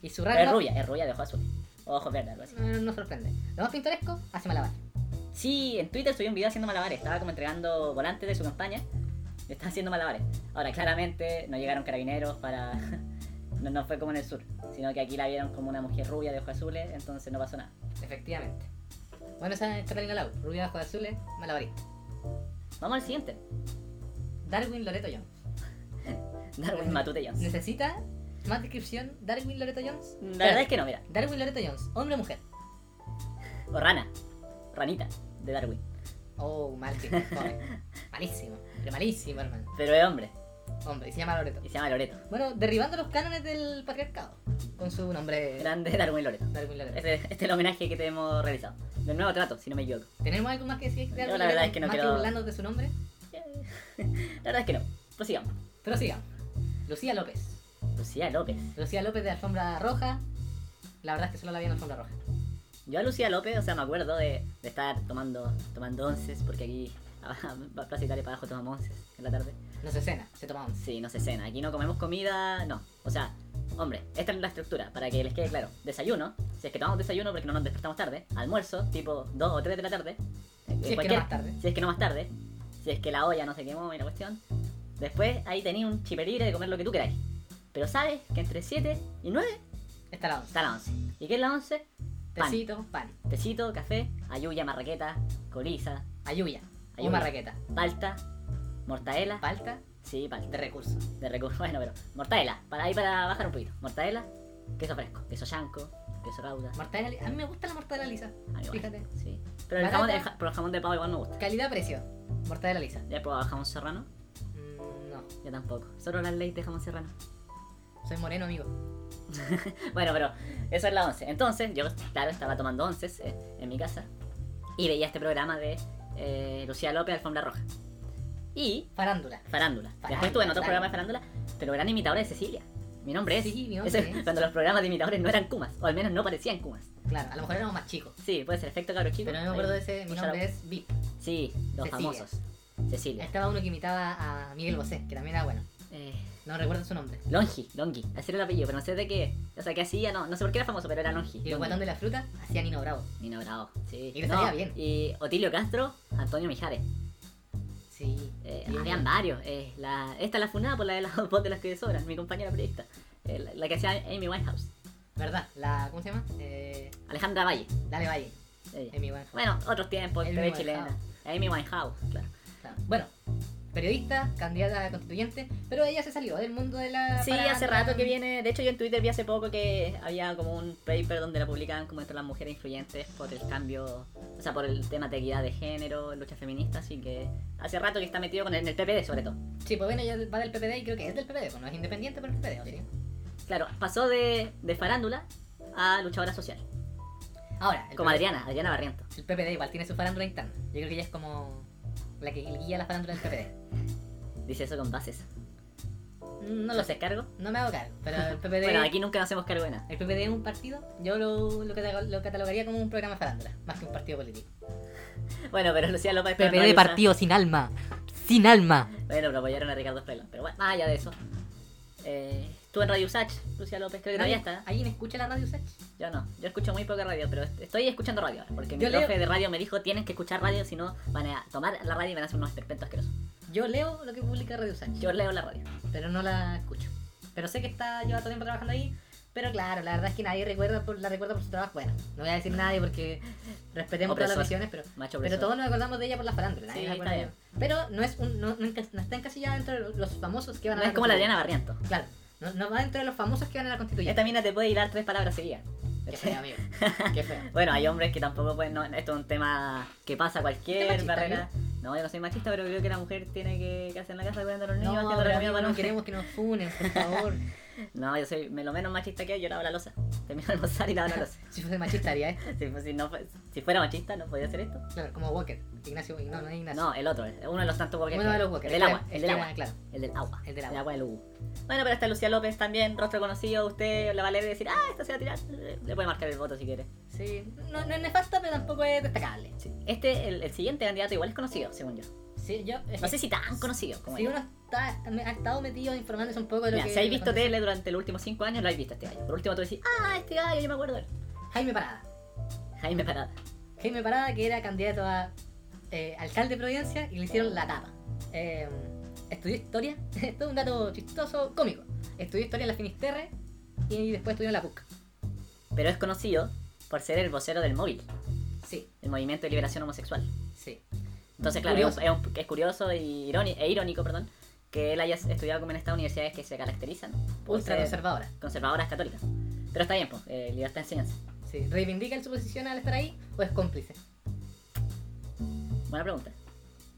Y su Pero es rango... rubia, es rubia de ojos azules. O ojos verdes, algo así. No, no sorprende. Lo más pintoresco, hace malabar. Sí, en Twitter subí un video haciendo malabares. Estaba como entregando volantes de su campaña. Y estaba haciendo malabares. Ahora, claramente, no llegaron carabineros para... No, no fue como en el sur, sino que aquí la vieron como una mujer rubia de ojos azules, entonces no pasó nada. Efectivamente. Bueno, esa es Catalina Lau, rubia de ojos azules, malabarista. Vamos al siguiente. Darwin Loreto Jones. Darwin Matute Jones. ¿Necesita más descripción Darwin Loreto Jones? La verdad es que no, mira. Darwin Loreto Jones, hombre o mujer. O rana. Ranita, de Darwin. Oh, mal tipo, joven. Malísimo, pero malísimo, hermano. Pero es hombre. Hombre, y se llama Loreto. Y se llama Loreto. Bueno, derribando los cánones del patriarcado. Con su nombre. Grande Darwin Loreto. Darwin Loreto. Este, este es el homenaje que te hemos realizado. Del nuevo trato, si no me equivoco. ¿Tenemos algo más que decir de Yo la Darwin verdad Loreto? es que no más quiero- que burlarnos de su nombre. La verdad es que no. Prosigamos. Pero sigamos. Lucía López. Lucía López. Lucía López de Alfombra Roja. La verdad es que solo la vi en Alfombra Roja. Yo a Lucía López, o sea, me acuerdo de, de estar tomando tomando onces, porque aquí, a Plaza Italia para abajo tomamos onces en la tarde. No se cena, se toma once. Sí, no se cena. Aquí no comemos comida, no. O sea, hombre, esta es la estructura, para que les quede claro. Desayuno, si es que tomamos desayuno porque no nos despertamos tarde. Almuerzo, tipo 2 o 3 de la tarde. eh, Si es que no cualquier- más tarde. Si es que no más tarde. Si es que la olla no se quemó y la cuestión. Después ahí tenías un chipe libre de comer lo que tú queráis. Pero sabes que entre 7 y 9 Está la once. está la 11. ¿Y qué es la 11? Pan. Tecito, pan. Tecito, café, ayuya, marraqueta, coliza, Ayuya. Ayuya. Ayuya. marraqueta. palta, mortadela. Falta sí, palta. de recursos. De recursos, bueno, pero. Mortadela, para ahí para bajar un poquito. Mortadela, queso fresco, queso yanco, queso rauda. Mortadela li- A mí me gusta la mortadela lisa. Ah, igual, Fíjate. Sí. Pero el Barata. jamón, el ja- pero el jamón de pavo igual me gusta. Calidad-precio. Mortadela lisa. ¿Ya he probado el jamón serrano? Mm, no. Yo tampoco. Solo las leyes de jamón serrano. Soy moreno, amigo. Bueno, pero eso es la 11. Entonces, yo, claro, estaba tomando onces eh, en mi casa y veía este programa de eh, Lucía López, Alfombra Roja. Y Farándula. Farándula. Después Farándula, estuve en otro claro. programa de Farándula, pero eran imitadores de Cecilia. Mi nombre es. Sí, mi nombre Eso- es. Cuando los programas de imitadores no eran Kumas, o al menos no parecían Kumas. Claro, a lo mejor éramos más chicos. Sí, puede ser efecto cabro chico. Pero no me acuerdo Ahí. de ese. Mi Escúchalo. nombre es Vip. Sí, los Cecilia. Eh. famosos. Cecilia. Estaba uno que imitaba a Miguel Bosé, que también era bueno. Eh, No recuerdo su nombre. Longi, Longi. Así era el apellido, pero no sé de qué. O sea, que hacía, no, no sé por qué era famoso, pero era Longi. Y el Longi. guatón de la fruta hacía Nino Bravo. Nino Bravo, sí. Y le salía bien. Y Otilio Castro, Antonio Mijares. Sí. Eh, Y- habían varios. eh, la, esta es la funada por la de las voz de las que sobran, mi compañera periodista. Eh, la, la que hacía Amy Winehouse. ¿Verdad? La, ¿Cómo se llama? Eh, Alejandra Valle. Dale Valle. ella. Amy Winehouse. Bueno, otros tiempos, Amy TV Winehouse. chilena. Amy Winehouse, claro. Claro. Bueno, periodista, candidata a constituyente, pero ella se salió del mundo de la. Sí, farándula. hace rato que viene. De hecho, yo en Twitter vi hace poco que había como un paper donde la publicaban como entre las mujeres influyentes por el cambio, o sea, por el tema de equidad de género, lucha feminista. Así que hace rato que está metido con el, en el PPD, sobre todo. Sí, pues bueno, ella va del PPD y creo que es del PPD, pues no es independiente, pero es PPD, ¿o sí? Claro, pasó de, de farándula a luchadora social. Ahora, el Como PPD Adriana, Adriana Barriento. el PPD igual tiene su farándula interna. Yo creo que ella es como la que guía la farándula del PPD. Dice eso con bases. No lo ¿Los sé, descargo? no me hago cargo, pero el PPD. Bueno, aquí nunca nos hacemos cargo de nada. El PPD es un partido, yo lo, lo, cata- lo catalogaría como un programa de farándula, más que un partido político. Bueno, pero Lucía López... para no PPD, realizar- partido sin alma, sin alma. Bueno, pero apoyaron a Ricardo Espeland. Pero bueno, más allá de eso. Eh, estuve en Radio Usach, Lucía López, creo que todavía está. ¿Alguien escucha la radio Sach? Yo no, yo escucho muy poca radio, pero est- estoy escuchando radio ahora, porque mi Yo leo- profe de radio me dijo, tienes que escuchar radio, si no van a tomar la radio y van a hacer unos esperpentos asquerosos. Yo leo lo que publica Radio Sach, Yo leo la radio. pero no la escucho. Pero sé que está lleva todo el tiempo trabajando ahí, Pero claro, la verdad es que nadie recuerda por, la recuerda por su trabajo. Bueno, no voy a decir nadie porque respetemos todas las Opresor. visiones, pero, Macho pero opresor. todos nos acordamos de ella por la farándula. Sí, nadie está se acuerda de bien. ella. Pero no, es un, no, no enca- no está encasillada dentro de los- los famosos que van a No es como la constituyente. Adriana Barriento. Claro, no, no va dentro de los famosos que van a la constituyente. Esta mina te puede hilar tres palabras seguidas. Qué feo, amigo. Qué feo. Bueno, hay hombres que tampoco pueden. no, esto es un tema que pasa a cualquier ¿Usted es machista, barrera. No, yo no soy machista, pero creo que la mujer tiene que, que hacer en la casa cuidando a los niños, No, haciendo pero la comida amigo, para no los- queremos que nos funen, por favor. No, yo soy me- lo menos machista que hay, yo lavo la losa. Termino de almorzar y lavo la losa. si fuese machista haría esto. Si, fu- si no fue- si fuera machista, no podía hacer esto. Claro, como Walker. Ignacio, no, no es Ignacio. No, el otro, el- uno de los tantos Walker. Uno de los Walker. El del espera, agua, el del espera, agua. Claro. El del agua. El del agua. del Hugo. Bueno, pero está Lucía López también, rostro conocido. Usted la va a leer y decir, ah, esta se va a tirar. Le puede marcar el voto si quiere. Sí, no, no es nefasta, pero tampoco es destacable. Sí. Este, el, el siguiente candidato igual es conocido, según yo. Sí, yo. es No que sé si tan conocido como si él. uno está, está- me- ha estado metido informándose un poco de lo Mira, que. si has visto cuando- tele durante los últimos 5 años, lo has visto este gallo. Por último, tú decís, ah, este gallo, yo me acuerdo. de él". Jaime Parada. Jaime Parada. Jaime Parada, que era candidato a eh, alcalde de Providencia y le hicieron la tapa. Eh, estudió historia, esto es un dato chistoso, cómico. Estudió historia en la Finisterre y después estudió en la PUC. Pero es conocido por ser el vocero del móvil, Sí, el movimiento de liberación homosexual. sí. Entonces, claro, Curioso. es, un- es un- es curioso y ironi- e irónico perdón, que él haya estudiado como en estas universidades que se caracterizan por Ultra ser conservadora. conservadoras católicas. Pero está bien, pues, eh, libertad de enseñanza. Sí. ¿Reivindica en su posición al estar ahí o es cómplice? Buena pregunta.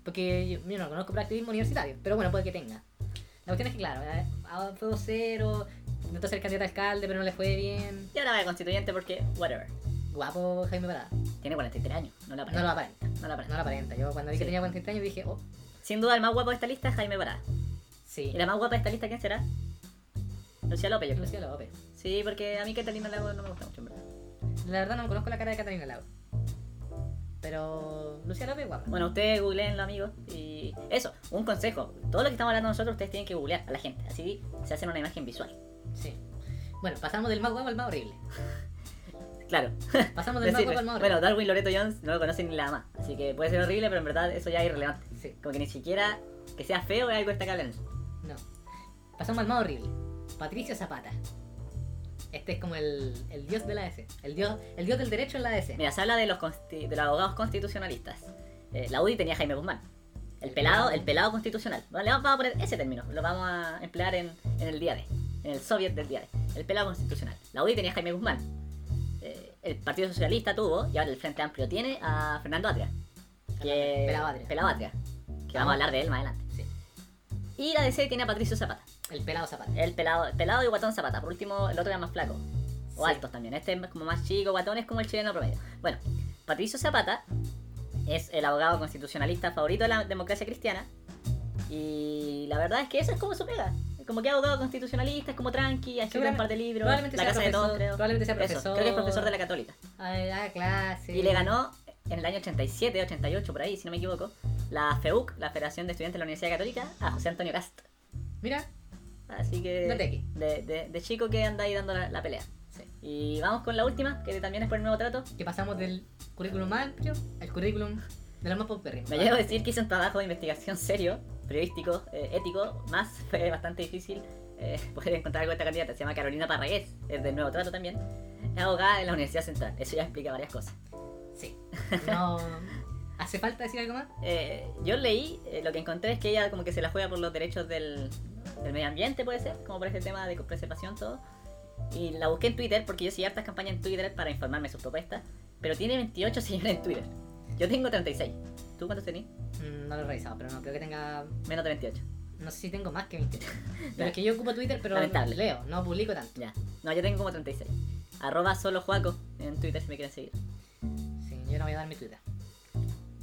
Porque yo, yo no conozco por activismo universitario, pero bueno, puede que tenga. La cuestión es que, claro, eh, ah, fue vocero, intentó ser candidato a alcalde, pero no le fue bien. Y ahora va de constituyente porque, whatever, Guapo Jaime Parada. tiene 43 años, no la No lo aparenta. aparenta, No la aparenta. no lo aparenta. Yo cuando vi Sí. que tenía 43 años dije, oh, Sin duda, el más guapo de esta lista es Jaime Parada. sí. ¿Y la más guapa de esta lista quién será? Lucía López, yo creo. Lucía López. Sí, porque a mí Catalina Lago no me gusta mucho, en verdad. La verdad no conozco la cara de Catalina Lago. Pero Lucía López guapa. Bueno, ustedes googleenlo, amigos. Y eso, un consejo. Todo lo que estamos hablando nosotros, ustedes tienen que googlear a la gente. Así se hacen una imagen visual. Sí. Bueno, pasamos del más guapo al más horrible. Claro. Pasamos del más decir, guapo al más horrible. bueno, Darwin Loreto Jones no lo conocen ni la más. Así que puede ser horrible, pero en verdad eso ya es irrelevante. Sí, Como que ni siquiera que sea feo es algo destacable en él. no. Pasamos al más horrible. Patricio Zapata. Este es como el, el dios de la ADC. El dios, el dios del derecho en la ADC. Este, Mira, se habla de los, consti- de los abogados constitucionalistas. Eh, la UDI tenía a Jaime Guzmán. El pelado, el pelado constitucional. Vale, vamos a poner ese término. Lo vamos a emplear en, en el día de. En el soviet del día de. El pelado constitucional. La UDI tenía a Jaime Guzmán. Eh, el Partido Socialista tuvo, y ahora el Frente Amplio tiene, a Fernando Atria. Que, Pelado Atria. Pelado Atria, Que vamos a hablar de él más adelante. Sí. Y la DC tiene a Patricio Zapata. El pelado Zapata. El pelado, el pelado y guatón Zapata. Por último, el otro era más flaco. O Sí. altos también. Este es como más chico, guatón es como el chileno promedio. Bueno, Patricio Zapata es el abogado constitucionalista favorito de la democracia cristiana. Y la verdad es que eso es como su pega. Como que abogado constitucionalista, es como tranqui, ha escrito un Seguramente- par de libros. probablemente la sea casa de todos, profesor, creo. probablemente sea Eso, profesor. creo que es profesor de la católica. Ah, ah, clase. Y le ganó en el año 87, 88, por ahí, si no me equivoco, la FEUC, la Federación de Estudiantes de la Universidad Católica, a José Antonio Cast. Mira, Así que... date aquí. De, de- de chico que anda ahí dando la, la pelea. Sí. Y vamos con la última, que también es por el nuevo trato. Que pasamos del currículum amplio al currículum de los más paupérrimos. Me llevo a decir que hice un trabajo de investigación serio, periodístico, eh, ético, más fue bastante difícil eh, poder encontrar algo de esta candidata. Se llama Carolina Parragués, es del nuevo trato también. Es abogada en la Universidad Central, eso ya explica varias cosas. Sí. No. ¿Hace falta decir algo más? Eh, yo leí, eh, lo que encontré es que ella como que se la juega por los derechos del, del medio ambiente, puede ser, como por ese tema de preservación, todo. Y la busqué en Twitter porque yo seguí hartas campañas en Twitter para informarme de sus propuestas, pero tiene 28 seguidores en Twitter. Yo tengo 36. ¿Tú cuántos tenés? Mm, No lo he revisado, pero no creo que tenga. Menos de 28. No sé si tengo más que 28. Pero es que yo ocupo Twitter, pero Lamentable. leo, no publico tanto. Ya. No, yo tengo como 36. Arroba solo Juaco en Twitter si me quieren seguir. Sí, yo no voy a dar mi Twitter.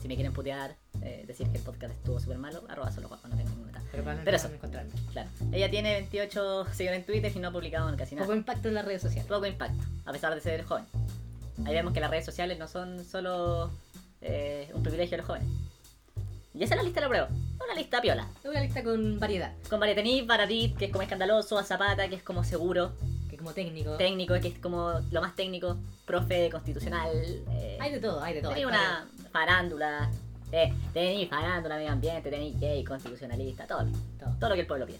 Si me quieren putear, eh, decir que el podcast estuvo súper malo, arroba solo Juaco, no tengo ninguna tal. Pero probablemente Mm, Pero eso. van a encontrarme. Claro. Ella tiene 28 seguidores en Twitter y no ha publicado casi nada. Poco impacto en las redes sociales. poco impacto, a pesar de ser joven. Ahí vemos que las redes sociales no son solo eh, un privilegio de los jóvenes. Y esa es la lista de la prueba. Una lista piola. Es una lista con variedad. Con Varietení, Baradit, que es como escandaloso, a Zapata, que es como seguro, Que como técnico. técnico, que es como lo más técnico, profe constitucional. Eh, Hay de todo, hay de todo. tení Hay para- una farándula. Eh, tení farándula, medio ambiente, tení gay, constitucionalista, todo, todo. todo lo que el pueblo pide.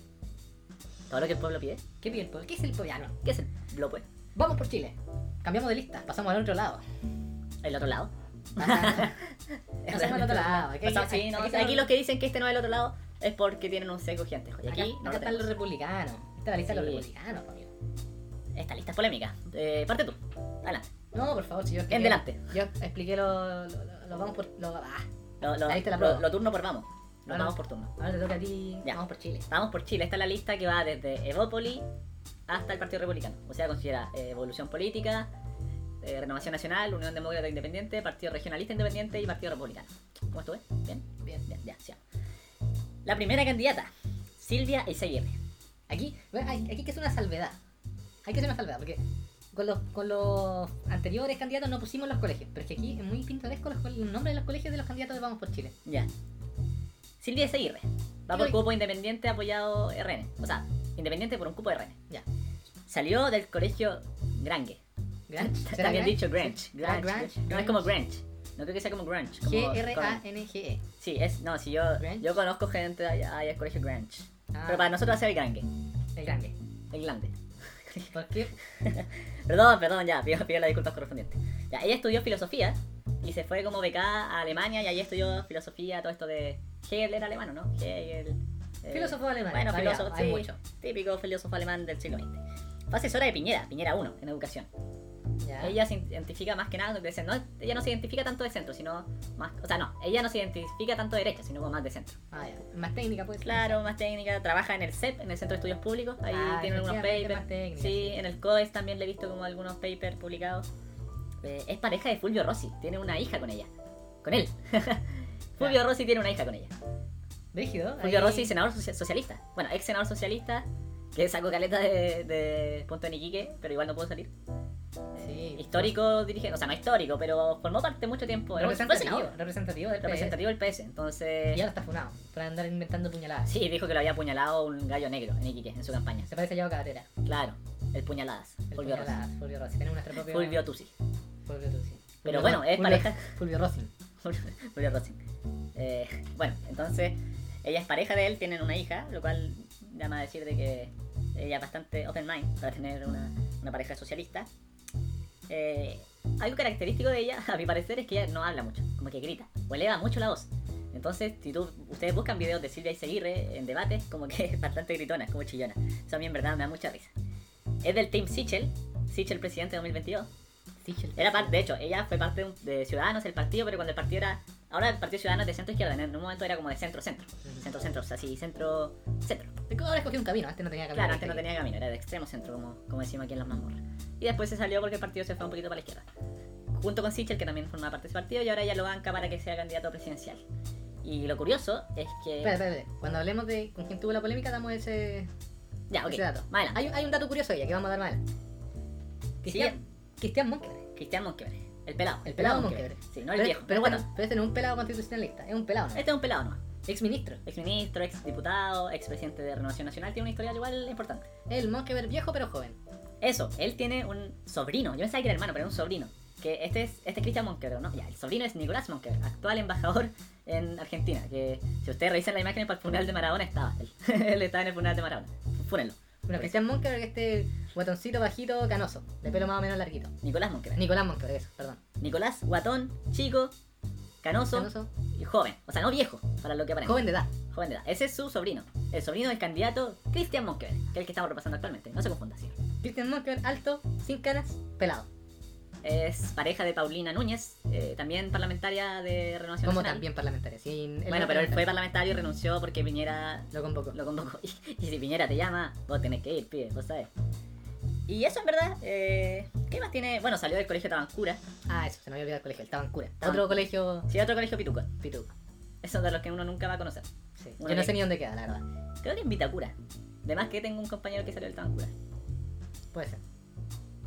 Todo lo que el pueblo pide. ¿Qué pide el pueblo? ¿Qué es el pueblo? Ya, no. ¿Qué es el lo pues? Vamos por Chile. Cambiamos de lista. Pasamos al otro lado. El otro lado. Pasamos al otro lado. Aquí, Pasamos- sí, no, aquí- aquí, aquí los que dicen que este no es el otro lado es porque tienen un sesgo gigante. Y aquí no acá lo están los tenemos. republicanos. Esta es la lista de los Sí. republicanos, po, amigo. Esta lista es polémica. Eh, parte tú. Adelante. No, por favor, si yo En delante. Yo expliqué lo, lo, lo- lo vamos por. Lo, ah, Lo, lo- Ahí te la lo- pruebo. lo turno por vamos. Nos Vale. vamos por turno. ahora te toca a ti. Ya. Vamos por Chile. Vamos por Chile. Esta es la lista que va desde Evópoli hasta el Partido Republicano. O sea, considera eh, Evolución Política, eh, Renovación Nacional, Unión Demócrata Independiente, Partido Regionalista Independiente y Partido Republicano. ¿Cómo estuve? ¿Bien? Bien. Bien, ya, sigamos. La primera candidata, Silvia Izaguirre. Aquí, bueno, hay- aquí hay que hacer una salvedad. Hay que hacer una salvedad, porque con los, con los anteriores candidatos no pusimos los colegios, pero es que aquí es muy pintoresco los, co- el nombre de los colegios de los candidatos de Vamos por Chile. Ya. Silvia Izaguirre. Va por Ay. cupo independiente apoyado RN. O sea, independiente por un cupo RN. Ya. Salió del colegio Grange. Grant. Está bien dicho Grange. Grange. ¿Será Ah, Grange? No es como Grange. No creo que sea como Grange. como- como- G-R-A-N-G-E. Sí, es, no, si yo, Grange. yo conozco gente allá allá al colegio Grange. Ah, Pero para nosotros va a ser el Grange, el grande. el grande. ¿Por qué? Perdón, perdón, ya, pido, pido las disculpas correspondientes. Ya, ella estudió filosofía y se fue como becada a Alemania y ahí estudió filosofía, todo esto de Hegel era alemano, ¿no? Hegel. eh, Filósofo alemán. Bueno, variado, filósofo, hay sí, mucho. típico filósofo alemán del siglo XX. Fue asesora de Piñera, Piñera 1, en educación. Ya. Ella se identifica más que nada con el centro. No, ella no se identifica tanto de centro, sino más. O sea, no, ella no se identifica tanto de derecha, sino como más de centro. Ah, ya. Más técnica, pues. Claro, más técnica, trabaja en el CEP, en el Centro de Estudios Públicos, ahí Ah, tiene algunos efectivamente, papers. más técnica, sí, sí. en el COES también le he visto como algunos papers publicados. Eh, es pareja de Fulvio Rossi, tiene una hija con ella. Con él. Fulvio Ya. Rossi tiene una hija con ella. Rígido. Fulvio Rossi, senador socia- socialista. Bueno, ex senador socialista, que sacó caleta de, de Punto Niquique, pero igual no pudo salir. Sí. Histórico dirigente, o sea, no histórico, pero formó parte mucho tiempo. Era un- fue Representativo. senador, Representativo del PS. representativo del PS. Y Entonces, ahora está funado. Por andar inventando puñaladas. sí, dijo que lo había apuñalado un gallo negro en Iquique, en su campaña. Se parece a Yao Cabrera. Claro, el puñaladas. El Fulvio Rossi. Rossi. Fulvio Rossi. Tenemos nuestro propio. Fulvio Tusi. Fulvio Rossi. Pero Fulvio bueno, Rossi. es Fulvio- pareja. Fulvio Rossi. Fulvio Rossi. Eh, bueno, entonces, ella es pareja de él, tienen una hija, lo cual llama a decir de que ella es bastante open mind para tener una, una pareja socialista. Eh, algo característico de ella, a mi parecer, es que ella no habla mucho, como que grita, o eleva mucho la voz. Entonces, si tú- ustedes buscan videos de Silvia Iseguirre en debates, como que es bastante gritona, es como chillona. Eso a mí en verdad me da mucha risa. Es del Team Sichel, Sichel presidente de 2022. Sichel. Era parte, de hecho, ella fue parte de, un- de Ciudadanos, el partido, pero cuando el partido era. Ahora el partido Ciudadanos es de centro izquierda, en un momento era como de centro centro. Centro centro, o sea, sí, centro centro. Ahora escogí un camino. Antes no tenía camino. Claro, antes no tenía camino, era de extremo centro, como, como decimos aquí en las mazmorras. Y después se salió porque el partido se fue un poquito para la izquierda. Junto con Sichel, que también formaba parte de ese partido, y ahora ella lo banca para que sea candidato presidencial. Y lo curioso es que. Espera, espera, espera. Cuando hablemos de con quién tuvo la polémica, damos ese, ya, ok. ese dato. Más adelante. Hay, un- hay un dato curioso de ella que vamos a dar mal. Cristian, Cristian Monkeberg. Cristian Monquebre, el pelado. El pelado Monquebre. Monquebre. Sí, no el Pero, viejo. pero, Pero bueno, este no- pero este no es un pelado constitucionalista, es un pelado, ¿no? este es un pelado nomás. Ex ministro. exministro, exdiputado, expresidente de Renovación Nacional, tiene una historia igual importante. El Monkeberg viejo pero joven. Eso, él tiene un sobrino, yo pensaba que era hermano, pero era un sobrino. Que este es, este es Christian Monker, ¿no? Ya, el sobrino es Nicolás Monker, actual embajador en Argentina. Que si ustedes revisan las imágenes para el funeral de Maradona, estaba él. él estaba en el funeral de Maradona. Fúrenlo. Bueno, Cristian Monkeberg, este guatoncito bajito, canoso, de pelo más o menos larguito. Nicolás Monker. Nicolás Monkeberg, eso, perdón. Nicolás, guatón, chico, canoso, Canoso, y joven. O sea, no viejo, para lo que aparenta. joven de edad. Joven de edad. Ese es su sobrino. El sobrino del candidato Christian Monker, que es el que estamos repasando actualmente. No se confunda, sí. Cristian Monkeberg, alto, sin canas, pelado. Es pareja de Paulina Núñez, eh, también parlamentaria de Renovación Como Nacional. también parlamentario. sin- él Bueno, no pero él es fue parlamentario y renunció porque Piñera Lo convocó. lo convocó. Y, si Piñera te llama, vos tenés que ir, pibe, vos sabes. Y eso en verdad, eh, ¿qué más tiene? Bueno, salió del colegio Tabancura. Ah, eso, se me había olvidado el colegio, el Tabancura. Taban- Otro colegio Sí, otro colegio Pituco. pituco. Eso de los que uno nunca va a conocer. Sí. Una Yo no ley. sé ni dónde queda, la verdad. Creo que en Vitacura. Además que tengo un compañero que salió del Tabancura. Puede ser.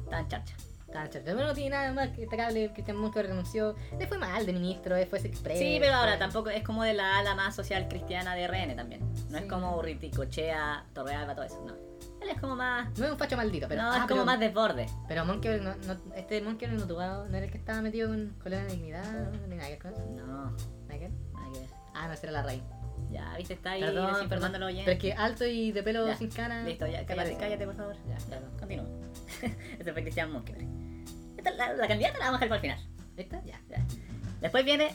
Estaba en charcha. Tan chato. Pero no tiene nada más que destacable. Cristian Monkeberg renunció. Le fue mal de ministro, eh, fue expreso. Sí, pero ahora tampoco es como de la ala más social cristiana de RN también. No es Sí. como Urriticochea, Torrealba, todo eso. No. Él es como más. No es un facho maldito, pero. no, ah, es como pero- más desborde. Pero Monkeberg, no, no- este Monkeberg no, tuvo- no era el que estaba metido con, con la dignidad, no, ni nada que ver con eso. No, ¿Nada que ver? nada que ver. Ah, no, esa era la raíz. Ya, viste, está ahí Perdón, desinformándolo bien. Pero es que alto y de pelo Ya, sin cana. Listo, ya, cállate, cállate. cállate, por favor. Ya, Ya, perdón. continúa. este fue Cristian Monkeberg. Esta, la, la candidata la vamos a dejar para el final. ¿Esta? Ya. Ya. Después viene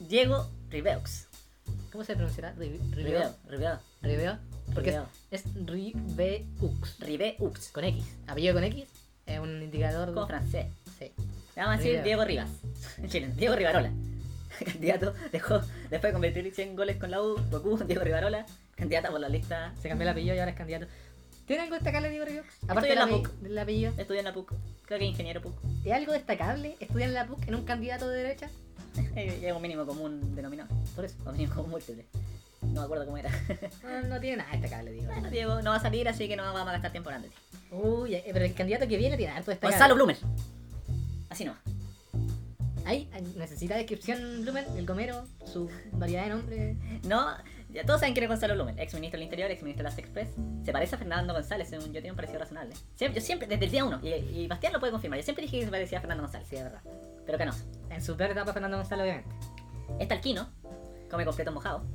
Diego Ribeux. ¿Cómo se pronunciará? Ri- Ribeux, Ribeo. Ribeux, Ribeo. Porque es- Ribeo. es Ribeux. Ribeux, Con X. Apellido con X. Es un indicador. como francés. Sí. Le vamos a decir Ribeux. Diego Rivas. En Chile, Diego Rivarola. Candidato dejó, después de convertir 100 goles con la U, Goku, Diego Rivarola, candidata por la lista. Se cambió el apellido y ahora es candidato. ¿Tiene algo destacable, Diego Ribeux? Aparte en del la ape- PUC. del apellido. Estudia en la PUC, creo que ingeniero PUC. ¿Es algo destacable estudiar en la PUC en un candidato de derecha? Eh, Es un mínimo común denominador. Por eso. O mínimo común múltiple. No me acuerdo cómo era. No, no tiene nada destacable, Diego. Bueno, Diego, no va a salir, así que no vamos a gastar tiempo hablando. de ti. Uy, eh, pero el candidato que viene tiene harto destacable. Gonzalo Blumer. Así no. Ahí eh, necesita descripción Blumen, el Gomero, su variedad de nombres. No, ya todos saben quién es Gonzalo Blumer. Ex ministro del Interior, ex ministro de las Express. Se parece a Fernando González, según yo, tiene un parecido razonable. Siempre, yo siempre, desde el día uno, y, y Bastián lo puede confirmar, yo siempre dije que se parecía a Fernando González, Sí, es verdad. pero que no. En su peor etapa, Fernando Gonzalo, obviamente. Es talquino, come completo mojado.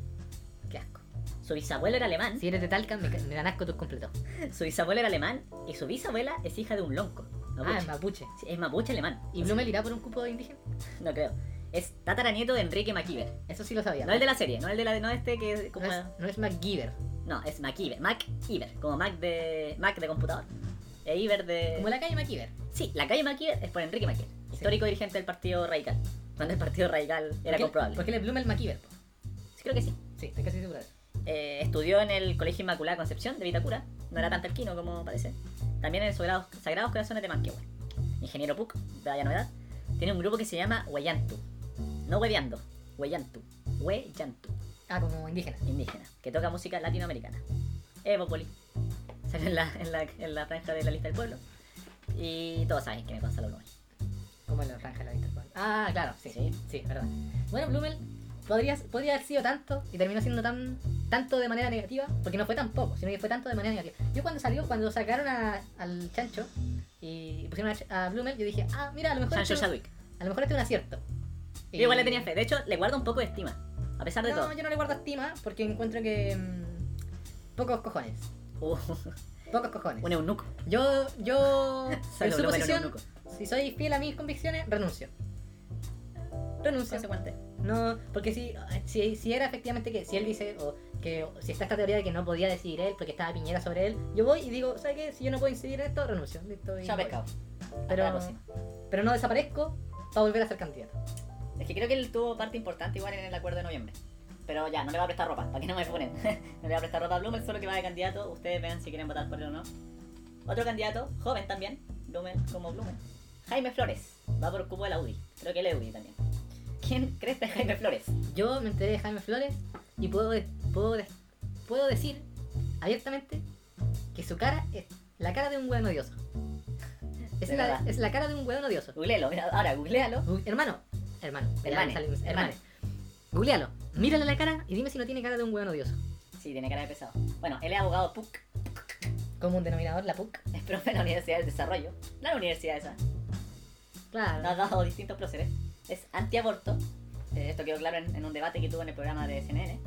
Qué asco. Su bisabuelo era alemán, Si eres de Talca, me, ca- me dan asco tus completos. su bisabuelo era alemán y su bisabuela es hija de un lonco. Ah, Mapuche. en mapuche. Sí, es mapuche alemán. ¿Y Blumen irá por un cupo de indígena? No creo. Es tataranieto de Enrique MacIver. Eso sí lo sabía. No el de la serie, no el de la no este que es como. No es, no es MacGyver. No, es MacIver. MacIver, como Mac de. Mac de computador. E Iver de. Como la calle MacGyver. Sí, la calle MacIver es por Enrique MacIver, histórico dirigente del Partido Radical. Cuando el Partido Radical ¿Por era qué- comprobable. ¿Por qué le Blumen MacGyver? po? Sí, creo que sí. Sí, estoy casi segura de eso. Eh, estudió en el Colegio Inmaculada Concepción de Vitacura. No era tan talquino como parece. También en el Sagrados, Sagrados Corazones de Manquehue. Ingeniero Puc, de la novedad, tiene un grupo que se llama Hueyantu. No hueveando, Hueyantu. Hueyantu. Ah, como indígena. indígena, que toca música latinoamericana. Evopoli. Salió en la, en, la, en la franja de la lista del pueblo. Y todos saben que me pasa lo Como en la franja de la vista. Ah, claro, sí. Sí. Sí, es verdad. Bueno, Blumel podría, podría haber sido tanto y terminó siendo tan tanto de manera negativa, porque no fue tan poco, sino que fue tanto de manera negativa. Yo cuando salió, cuando sacaron a- al chancho y pusieron a, Ch- a Blumel, yo dije, ah, mira, a lo mejor, Sancho este, Chadwick. a lo mejor este es un acierto. Yo igual le tenía fe. De hecho, le guardo un poco de estima. A pesar de todo. No, yo no le guardo estima porque encuentro que. mm, pocos cojones. Uh, Pocos cojones. un eunuco. Yo, yo, en Salió su Blumel posición, eunuco. si soy fiel a mis convicciones, renuncio. Renuncio. No se aguante. No, porque si, si, si era efectivamente que si él dice, o que o si está esta teoría de que no podía decidir él porque estaba Piñera sobre él, yo voy y digo, ¿sabes qué? Si yo no puedo incidir en esto, renuncio. Listo, y Ya voy. pescado. Hasta la Pero, próxima. pero no desaparezco para volver a ser candidato. Es que creo que él tuvo parte importante igual en el acuerdo de noviembre. Pero ya, no le va a prestar ropa. ¿Para qué no me ponen? no le va a prestar ropa a Blumel, solo que va de candidato. Ustedes vean si quieren votar por él o no. Otro candidato, joven también, Blumel como Blumel. Jaime Flores. Va por cupo de la UDI. Creo que él es UDI también. ¿Quién crees que es Jaime Flores? Yo me enteré de Jaime Flores y puedo, de- puedo, de- puedo decir abiertamente que su cara es la cara de un hueón odioso. Es De la, verdad. es la cara de un hueón odioso. Googlealo, mira, ahora googlealo. Gu- Hermano, hermano, Hermane, hermano, hermane. hermano. Googlealo, mírale la cara y dime si no tiene cara de un hueón odioso. Sí, tiene cara de pesado. Bueno, él es abogado PUC. Como un denominador, la PUC. Es profe de la Universidad del Desarrollo. No la universidad esa. Claro. nos ha dado distintos próceres. Es antiaborto. Eh, esto quedó claro en, en un debate que tuvo en el programa de CNN.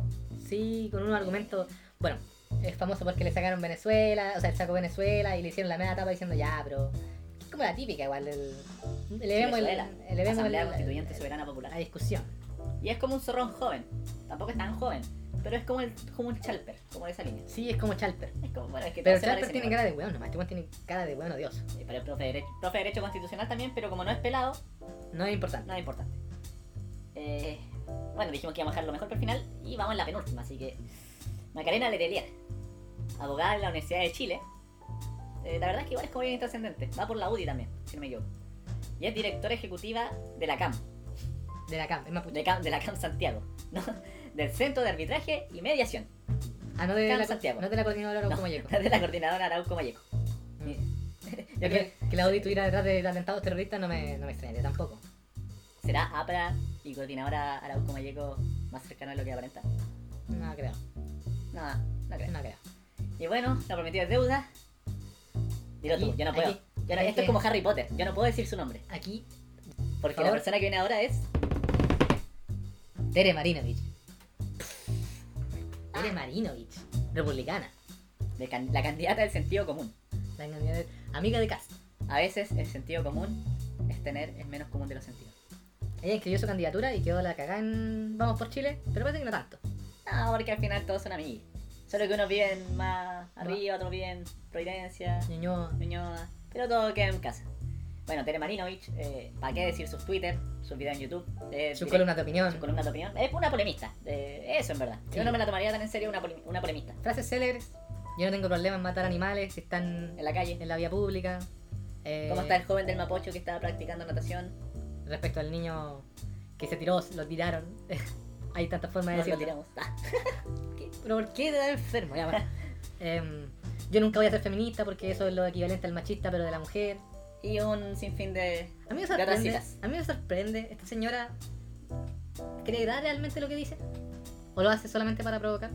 Sí, con unos argumentos. Bueno, es famoso porque le sacaron Venezuela, o sea, él sacó Venezuela y le hicieron la media tapa diciendo ya, pero. Es como la típica igual del. Le vemos el- Venezuela, le vemos Asamblea el- Constituyente Soberana Popular. la discusión. Y es como un zorrón joven. Tampoco es tan joven. Pero es como, el, como un chalper, como de esa línea. Sí, es como Chalper. Es como, bueno, es que Pero todos se Chalper parecen tiene igual. cara de weón nomás, este weón tiene cara de weón odioso. Sí, Pero el profe de, derecho, profe de Derecho Constitucional también, pero como no es pelado, No es importante. nada importante. Eh, bueno, dijimos que íbamos a dejar lo mejor para el final y vamos en la penúltima, así que... Macarena Letelier, abogada de la Universidad de Chile. Eh, la verdad es que igual es como bien trascendente. Va por la UDI también, si no me equivoco. Y es directora ejecutiva de la CAM. De la CAM, es mapuche. de, Cam- de la CAM Santiago, ¿no? del Centro de Arbitraje y Mediación, Ah, no de Cam la, Santiago. no de la coordinadora Arauco No. Mayeco. de la coordinadora Arauco Mayeco. Mm. Yo creo- que, que la Audi estuviera detrás de atentados terroristas no me, no me extrañaría tampoco. ¿Será APRA y coordinadora Arauco Mayeco más cercano a lo que aparenta? No creo, No, no creo. no creo. Y bueno, la prometida es deuda. Dilo tú, Aquí, yo no puedo. aquí. Yo no- Hay esto es que- como Harry Potter, yo no puedo decir su nombre. Aquí, Porque Por la favor. persona que viene ahora es. Tere Marinovich. Tere Marinovich, republicana. De can- la candidata del sentido común. La candidata de- amiga de Cast. A veces el sentido común es tener el menos común de los sentidos. Ella inscribió su candidatura y quedó la cagada en Vamos por Chile, pero parece que no tanto. No, porque al final todos son amigos. Solo que unos viven más arriba, otros viven en Providencia, Ñuñoa. Ñuñoa, pero todo queda en casa. Bueno, Tere Marinovich, eh, ¿para qué decir sus Twitter, sus videos en YouTube? eh, Su direct- columna de opinión. su columna de opinión. Es una polemista, eh, eso en verdad. Yo Sí. no me la tomaría tan en serio una, pole- una polemista. Frases célebres. Yo no tengo problema en matar animales si están En la calle. en la vía pública. Eh, ¿Cómo está el joven del Mapocho que estaba practicando natación? Respecto al niño que se tiró, lo tiraron. Hay tantas formas de Nos lo decirlo. tiramos. Ah, ¿Qué? ¿Pero por qué te da enfermo? Ya, bueno. Em, yo nunca voy a ser feminista porque eso es lo equivalente al machista, pero de la mujer. Y un sinfín de... A mí me Gatas sorprende. citas. A mí me sorprende. Esta señora creerá realmente lo que dice o lo hace solamente para provocar.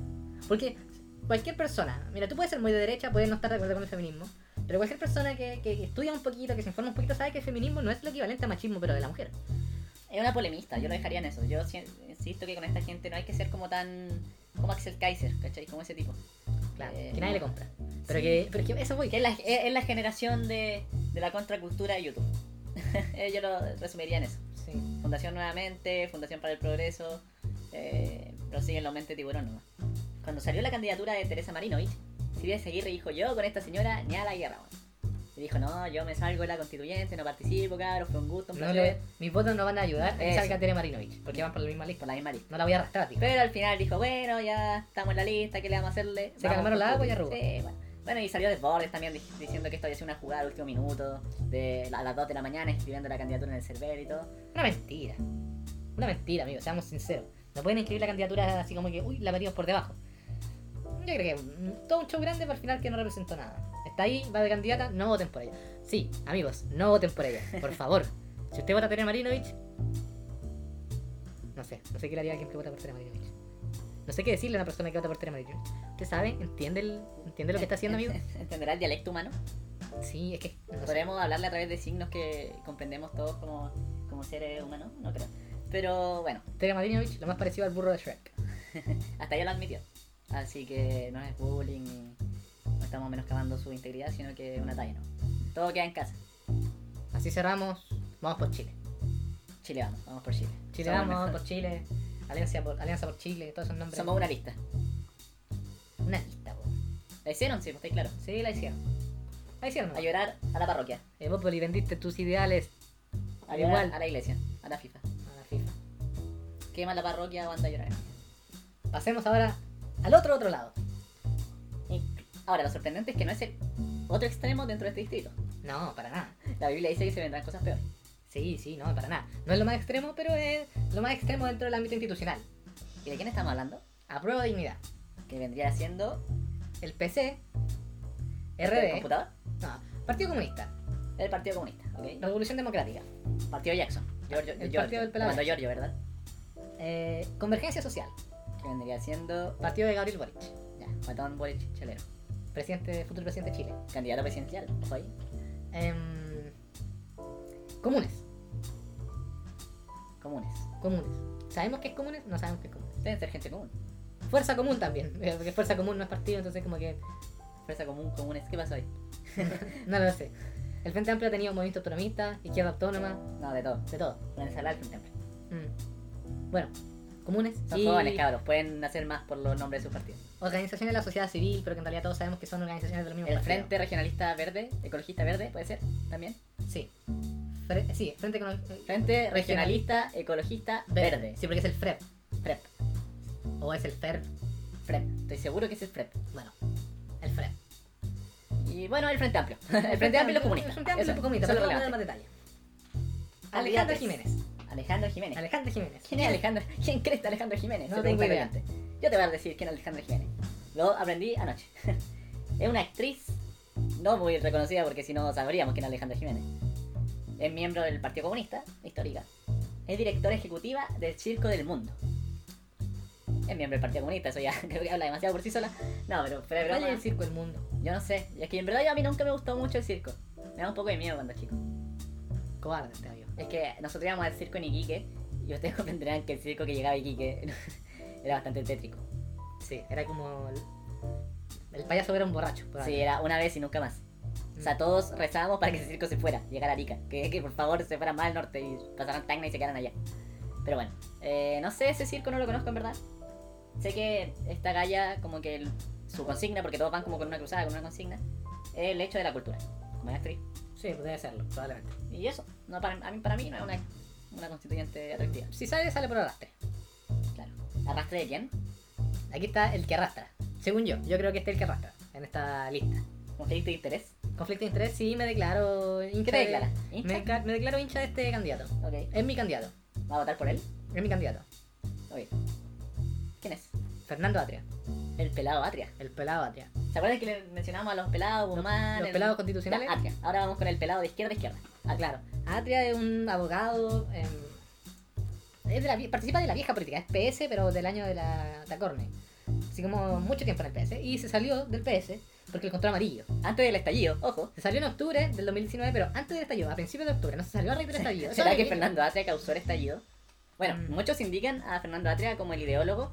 Porque cualquier persona, mira, tú puedes ser muy de derecha, puedes no estar de acuerdo con el feminismo, pero cualquier persona que, que estudia un poquito, que se informa un poquito, sabe que el feminismo no es lo equivalente a machismo, pero de la mujer. Es una polemista, yo lo dejaría en eso. Yo si- insisto que con esta gente no hay que ser como tan... Como Axel Kaiser, ¿cachai? Como ese tipo. Claro, Eh, que nadie le compra. Pero sí. que, pero que eso voy. Porque es la, es- es la generación de, de la contracultura de YouTube. Eh, yo lo resumiría en eso. Sí. Fundación Nuevamente, Fundación para el Progreso, eh, prosiguen los mentes tiburón nomás. Cuando salió la candidatura de Teresa Marinovich, Silvia Seguirre dijo, yo con esta señora ni a la guerra, weón". Y dijo, no, yo me salgo de la constituyente, no participo, cabros, fue un gusto, un No placer, le- mis votos no van a ayudar a que Eso. salga Tere Marinovich, porque van por la misma lista. por la misma lista. No la voy a arrastrar, tío. Pero al final dijo, bueno, ya estamos en la lista, ¿qué le vamos a hacerle? Se Vamos calmaron por las aguas y Cuba. arrugó. Sí, bueno. Bueno, y salió Desbordes también di- diciendo que esto había sido una jugada al último minuto, de a las 2 de la mañana escribiendo la candidatura en el server y todo. Una mentira. Una mentira, amigo, seamos sinceros. No pueden inscribir la candidatura así como que, uy, la metimos por debajo. Yo creo que mm, todo un show grande para al final que no representó nada. Está ahí, va de candidata, no voten por ella. Sí, amigos, no voten por ella, por favor. Si usted vota a Tere Marinovich. No sé, no sé qué le haría a alguien que vota por Tere Marinovich. No sé qué decirle a una persona que vota por Tere Marinovich. ¿Usted sabe? ¿Entiende, el- ¿Entiende lo que está haciendo, amigo? ¿Entenderá el dialecto humano? Sí, es que. no sé. Podremos hablarle a través de signos que comprendemos todos como, como seres humanos, no creo. Pero bueno, Tere Marinovich, lo más parecido al burro de Shrek. hasta ella lo admitió. Así que no es bullying, ni- no estamos menoscabando su integridad, sino que es una talla, ¿no? Todo queda en casa. Así cerramos. Vamos por Chile. Chile vamos, vamos por Chile. Chile Somos el vamos, mejor. por Chile, Alianza por, Alianza por Chile, todos esos nombres. Somos una lista. una lista, po. La hicieron, sí, pues está claro. Sí, la hicieron. La hicieron. A llorar a la parroquia, Eh, Popoli, vendiste tus ideales a llorar Al igual. a la iglesia, a la FIFA. a la FIFA. Quema la parroquia o anda a llorar. Pasemos ahora al otro otro lado. Y ahora, lo sorprendente es que no es el otro extremo dentro de este distrito. No, para nada. La Biblia dice que se vendrán cosas peores. Sí, sí, no, para nada. No es lo más extremo, pero es lo más extremo dentro del ámbito institucional. ¿Y de quién estamos hablando? A prueba de dignidad. Que vendría siendo... El PC, ¿El RD, computador? no, Partido Comunista, El Partido Comunista, ¿ok? Revolución Democrática, Partido Jackson. Giorgio, El Giorgio. partido del pelado Cuando Jackson. Giorgio, ¿verdad? eh, Convergencia Social, Que vendría siendo... Partido de Gabriel Boric, Ya, Matón Boric Chalero. presidente, futuro presidente de Chile. Candidato presidencial, ojo ahí. Em, comunes. Comunes. Comunes. ¿Sabemos qué es comunes? No sabemos qué es comunes. Deben ser gente común. Fuerza común también, eh, porque fuerza común no es partido, entonces como que Fuerza común, comunes. ¿Qué pasó ahí? no lo sé. El Frente Amplio ha tenido movimiento autonomista, izquierda autónoma, No, de todo. de todo. Una ensalada al frente. amplio. Mm. Bueno, comunes Son y jóvenes, cabros. Pueden hacer más por los nombres de sus partidos. organizaciones de la sociedad civil, pero que en realidad todos sabemos que son organizaciones del mismo El partido. Frente Regionalista Verde, Ecologista Verde, ¿puede ser? También. Sí. Fre- sí, Frente Econo- Frente Regionalista Ecologista Verde. Sí, porque es el FREP. FREP. O es el FER. FREP. Estoy seguro que es el FREP. Bueno, el FREP. Y bueno, el Frente Amplio. El Frente Amplio y los comunistas. El Frente Amplio y los Eso, comunistas, eso es pero lo vamos a dar más relevante. detalle. Alejandra Candidatos. Jiménez. Alejandro Jiménez. Alejandra Jiménez. ¿Quién es Alejandro? ¿Quién crees que Alejandro Jiménez? No Se tengo pregunta idea. elegante. Yo te voy a decir quién es Alejandro Jiménez. Lo aprendí anoche. es una actriz no muy reconocida porque si no sabríamos quién es Alejandro Jiménez. Es miembro del Partido Comunista, histórica. Es directora ejecutiva del Circo del Mundo. Es miembro del Partido Comunista, eso ya creo que habla demasiado por sí sola. No, pero fuera de ¿Cuál broma, es el circo del mundo? yo no sé. Y es que en verdad yo a mí nunca me gustó mucho el circo. Me da un poco de miedo cuando chico. Cobarde este amigo. Es que nosotros íbamos al circo en Iquique y ustedes comprenderán que el circo que llegaba a Iquique era bastante tétrico. Sí, era como. El, el payaso era un borracho. por Sí, ahí. era una vez y nunca más. O sea, todos rezábamos para que ese circo se fuera, llegara a Arica. Que, que por favor se fuera más al norte y pasaran Tacna y se quedaran allá. Pero bueno, eh, no sé, ese circo no lo conozco en verdad. Sé que esta galla, como que el- su consigna, porque todos van como con una cruzada, con una consigna, es el hecho de la cultura, como la actriz. Sí, pues debe serlo, probablemente. Y eso, no para, a mí, para mí no es una, una constituyente atractiva. Si sale, sale por arrastre. Claro. ¿Arrastre de quién? Aquí está el que arrastra. Según yo, yo creo que este es el que arrastra en esta lista. ¿Conflicto de interés? Conflicto de interés, sí, me declaro hincha. ¿Qué te de- declaras? Me, ¿Hincha? deca- me declaro hincha de este candidato. Ok. Es mi candidato. ¿Va a votar por él? Es mi candidato. Ok. ¿Quién es? Fernando Atria. El pelado Atria. El pelado Atria. ¿Se acuerdan que le mencionamos a los pelados, Guzmán? Los el- Ah, pelados Ya, constitucionales. Atria. Ahora vamos con el pelado de izquierda a izquierda. Ah, claro. Atria es un abogado. em, es de la vie- participa de la vieja política, es PS, pero del año de la Tacorne. Así como mucho tiempo en el PS. Y se salió del PS porque el encontró amarillo. Antes del estallido, ojo. Se salió en octubre del 2019, pero antes del estallido, a principios de octubre. No se salió a raíz del estallido. Eso ¿Será es que mi- Fernando Atria causó el estallido? Bueno, Mm. muchos indican a Fernando Atria como el ideólogo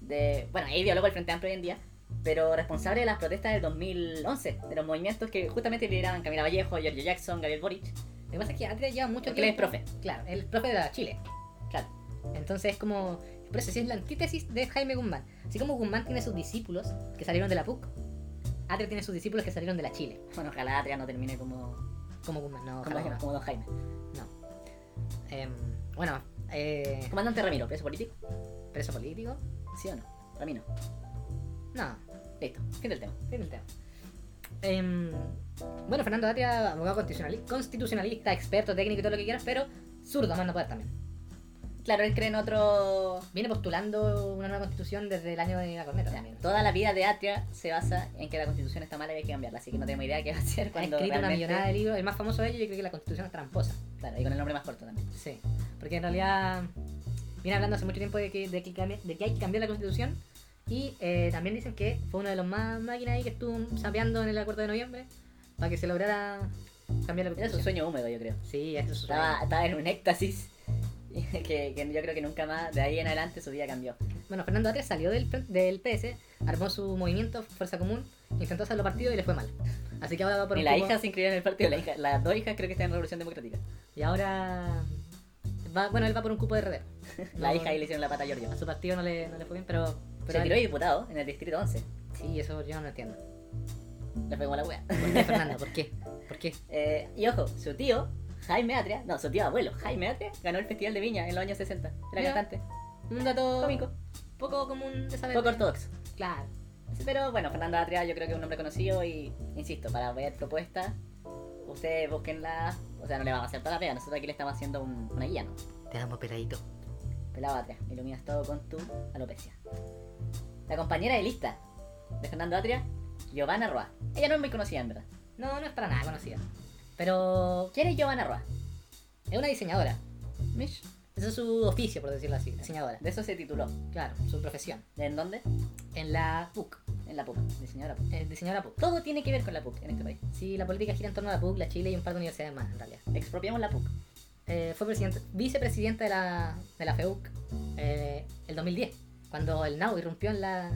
de... Bueno, es ideólogo del Frente Amplio hoy en día, pero responsable de las protestas del 2011, de los movimientos que justamente lideraban Camila Vallejo, Giorgio Jackson, Gabriel Boric. Lo que pasa es que Atria lleva mucho Porque él es tiempo. profe. Claro, el profe de la Chile. Claro. Entonces es como. Por eso sí es la antítesis de Jaime Guzmán. Así como Guzmán tiene sus discípulos que salieron de la PUC, Atria tiene sus discípulos que salieron de la Chile. Bueno, ojalá Atria no termine como, Como Guzmán, no, ojalá como, que no. como Don Jaime. Em, bueno, eh, Comandante Ramiro, preso político, preso político. ¿sí o no? Ramiro. No, Listo, fin del tema. fin del tema. Em, bueno, Fernando Atria, abogado constitucionali- constitucionalista, experto, técnico y todo lo que quieras, pero zurdo, más no poder también. Claro, él cree en otro... Viene postulando una nueva constitución desde el año de la corneta también. Toda la vida de Atria se basa en que la constitución está mala y hay que cambiarla, así que no tenemos idea qué va a hacer Ha cuando escrito una realmente- millonada de libros, el más famoso de ellos yo creo que la constitución es tramposa. Claro, y con el nombre más corto también. Sí, porque en realidad viene hablando hace mucho tiempo de que, de que, cambie- de que hay que cambiar la constitución y eh, también dicen que fue uno de los más máquinas ahí que estuvo sapeando en el acuerdo de noviembre para que se lograra cambiar Era la su constitución. sueño húmedo, yo creo. Sí, eso es su sueño. Estaba, estaba en un éxtasis que, que yo creo que nunca más, de ahí en adelante, su vida cambió. Bueno, Fernando Atria salió del, pr- del PS, armó su movimiento Fuerza Común, intentó hacer los partidos y le fue mal. Así que ahora va por Ni un la cubo- hija se inscribió en el partido, la hija, las dos hijas creo que están en Revolución Democrática. Y ahora... Va, bueno, él va por un cupo de RD. La No, hija ahí le hicieron la pata a Giorgio. A su partido no le, no le fue bien, pero... pero se él- tiró de diputado en el distrito 11. Sí, eso yo no lo entiendo. Le fue como la wea. ¿Por qué, Fernando? ¿Por qué? ¿Por qué? Eh, y ojo, su tío, Jaime Atria, no, su tío abuelo, Jaime Atria, ganó el Festival de Viña en los años 60. Era Mira. Oh. cantante. Un dato Cómico. Poco común de saber. Poco ortodoxo. Claro. Pero bueno, Fernando Atria yo creo que es un hombre conocido y, insisto, para ver propuestas, ustedes busquenla. O sea, no le vamos a hacer toda la pega, nosotros aquí le estamos haciendo un- una guía, ¿no? Te damos peladito. Pelado Atria, iluminas todo con tu alopecia. La compañera de lista de Fernando Atria, Giovanna Roa. Ella no es muy conocida, en verdad. No, no es para nada conocida. Pero ¿Quién es Giovanna Roa? es una diseñadora. Mish. Ese es su oficio, por decirlo así. Diseñadora. De eso se tituló. Claro, su profesión. ¿De en dónde? En la PUC. En la PUC, diseñadora PUC. eh, diseñadora PUC. Todo tiene que ver con la PUC en este país. Sí, la política gira en torno a la PUC, la Chile y un par de universidades más, en realidad. Expropiamos la PUC. Eh, fue presidente, vicepresidenta de la, de la FEUC eh, el 2010, cuando el NAU irrumpió en la...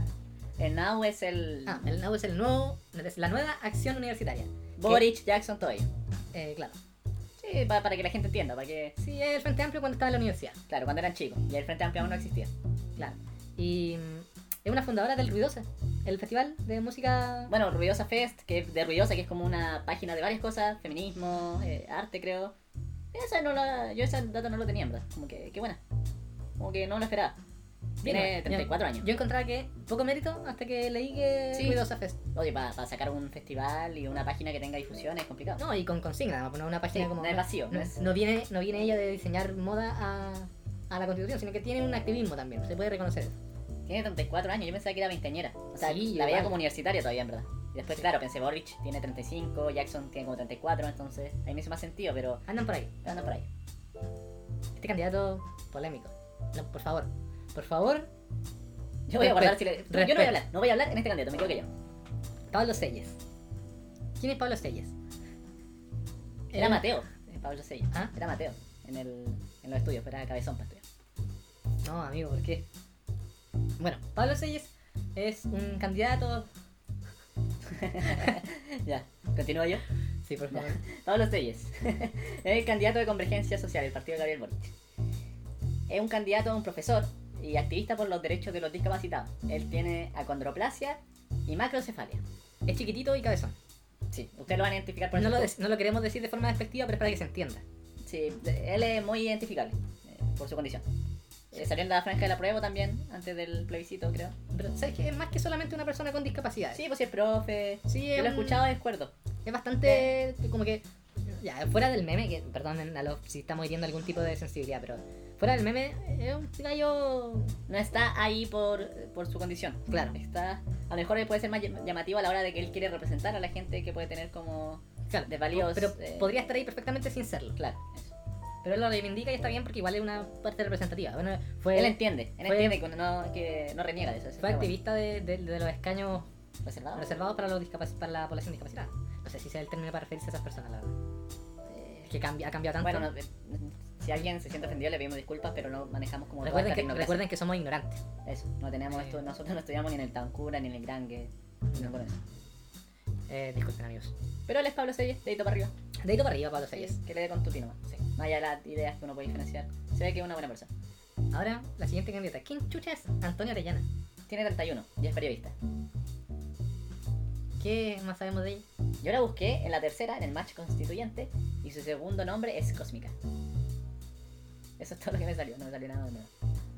El NAU es el... Ah, el NAU es el nuevo, la nueva acción universitaria. Boric, Jackson, todo ello. Eh, claro. Sí, pa- para que la gente entienda, para que... Sí, es el Frente Amplio cuando estaba en la universidad. Claro, cuando eran chicos. Y el Frente Amplio aún no existía. Claro. Y mm, es una fundadora del Ruidosa, el festival de música. Bueno, Ruidosa Fest, que es de Ruidosa, que es como una página de varias cosas, feminismo, eh, arte, creo. Esa no la, yo ese dato no lo tenía, en ¿verdad? Como que, qué buena. Como que no lo esperaba. Tiene Bien, 34 años. Yo encontraba que poco mérito hasta que leí que Sí. Ruidosa Fest. Oye, para sacar un festival y una página que tenga difusión es complicado. No, y con consigna, vamos a poner una página Sí, como. no es vacío, pues. no es- No, no viene, no viene ella de diseñar moda a, a la constitución, sino que tiene Oh. un activismo también, se puede reconocer. eso. Tiene 34 años, yo pensaba que era veinteañera. O sea, Sí, la veía igual. como universitaria todavía, en verdad. Y después, Sí. claro, pensé, Boric tiene 35, Jackson tiene como 34, entonces ahí me hizo más sentido, pero eh, Andan por ahí. anda por ahí. Este candidato polémico. No, por favor. Por favor, Yo voy a guardar Respect- silencio. Yo no voy a respect. hablar, no voy a hablar en este candidato, me quedo que yo. Pablo Selles. ¿Quién es Pablo Selles? Era Eh, Mateo, eh, Pablo Sello. ¿Ah? Era Mateo en, el, en los pues, estudios, pero era cabezón para estudiar. No, amigo, ¿por qué? Bueno, Pablo Selles es un candidato. Eh. Ya, continúo yo. Sí, por favor. Pablo Telles es el candidato de Convergencia Social, el partido de Gabriel Boric. Es un candidato, un profesor y activista por los derechos de los discapacitados. Él tiene acondroplasia y macrocefalia. Es chiquitito y cabezón. Sí, ustedes lo van a identificar por No lo, ejemplo. des- no lo queremos decir de forma despectiva, pero es para que se entienda. Sí, él es muy identificable eh, por su condición. Eh, salió en la franja de la prueba también, antes del plebiscito, creo. Pero sabes que es más que solamente una persona con discapacidades. Sí, pues sí, es profe. Sí, Yo es lo he un- escuchado de acuerdo. Es bastante. como que. Ya, fuera del meme, que perdonen a los, si estamos hiriendo algún tipo de sensibilidad, pero fuera del meme, es un gallo. No está ahí por, por su condición. Claro. Está, a lo mejor puede ser más llam- llamativo a la hora de que él quiere representar a la gente que puede tener como... Claro, Desvalidos, Pero eh. podría estar ahí perfectamente sin serlo. Claro, eso. Pero él lo reivindica y está bien porque igual es una parte representativa. Bueno, fue, Él entiende, él fue- entiende que no, que no reniega de eso. eso fue está bueno. activista de, de- de los escaños ¿Reservado? reservados para, los discapac- para la población discapacitada. No sé si sea el término para referirse a esas personas, la verdad. Es que cambia, ha cambiado tanto. Eh, Bueno, no, eh, si alguien se siente ofendido le pedimos disculpas, pero no manejamos como... toda recuerden, esta que, tecnocracia. recuerden que somos ignorantes. Eso, no tenemos Sí. esto, nosotros no estudiamos ni en el Tancura, ni en el Grangue, ni ninguno de eso. Eh, disculpen, amigos. Pero él es Pablo Selles, dedito para arriba. Dedito para arriba, Pablo Salles. Que le dé con tu tino. Sí. Más allá de las ideas que uno puede diferenciar. Se ve que es una buena persona. Ahora, la siguiente candidata. ¿Quién chucha es Antonia Arellana? Tiene 31 y es periodista. ¿Qué más sabemos de ella? Yo la busqué en la tercera, en el match constituyente, y su segundo nombre es Cósmica. Eso es todo lo que me salió, no me salió nada más. nuevo.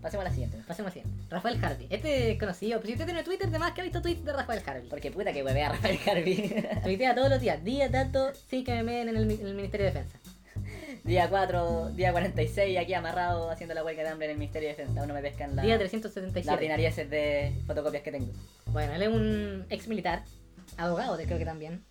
Pasemos a la siguiente. mejor. Pasemos al siguiente. Rafael Harvey. Este es conocido. Pero si usted tiene Twitter, de más que ha visto tweets de Rafael Harvey. Porque puta que huevea a Rafael Harvey. Tuitea todos los días. Día tanto, sí que me meten en el, mi- en el Ministerio de Defensa. día 4, día 46, aquí amarrado haciendo la huelga de hambre en el Ministerio de Defensa. Aún no me pescan la, Día la 377. ordinariez de fotocopias que tengo. Bueno, él es un ex militar, abogado de- creo que también,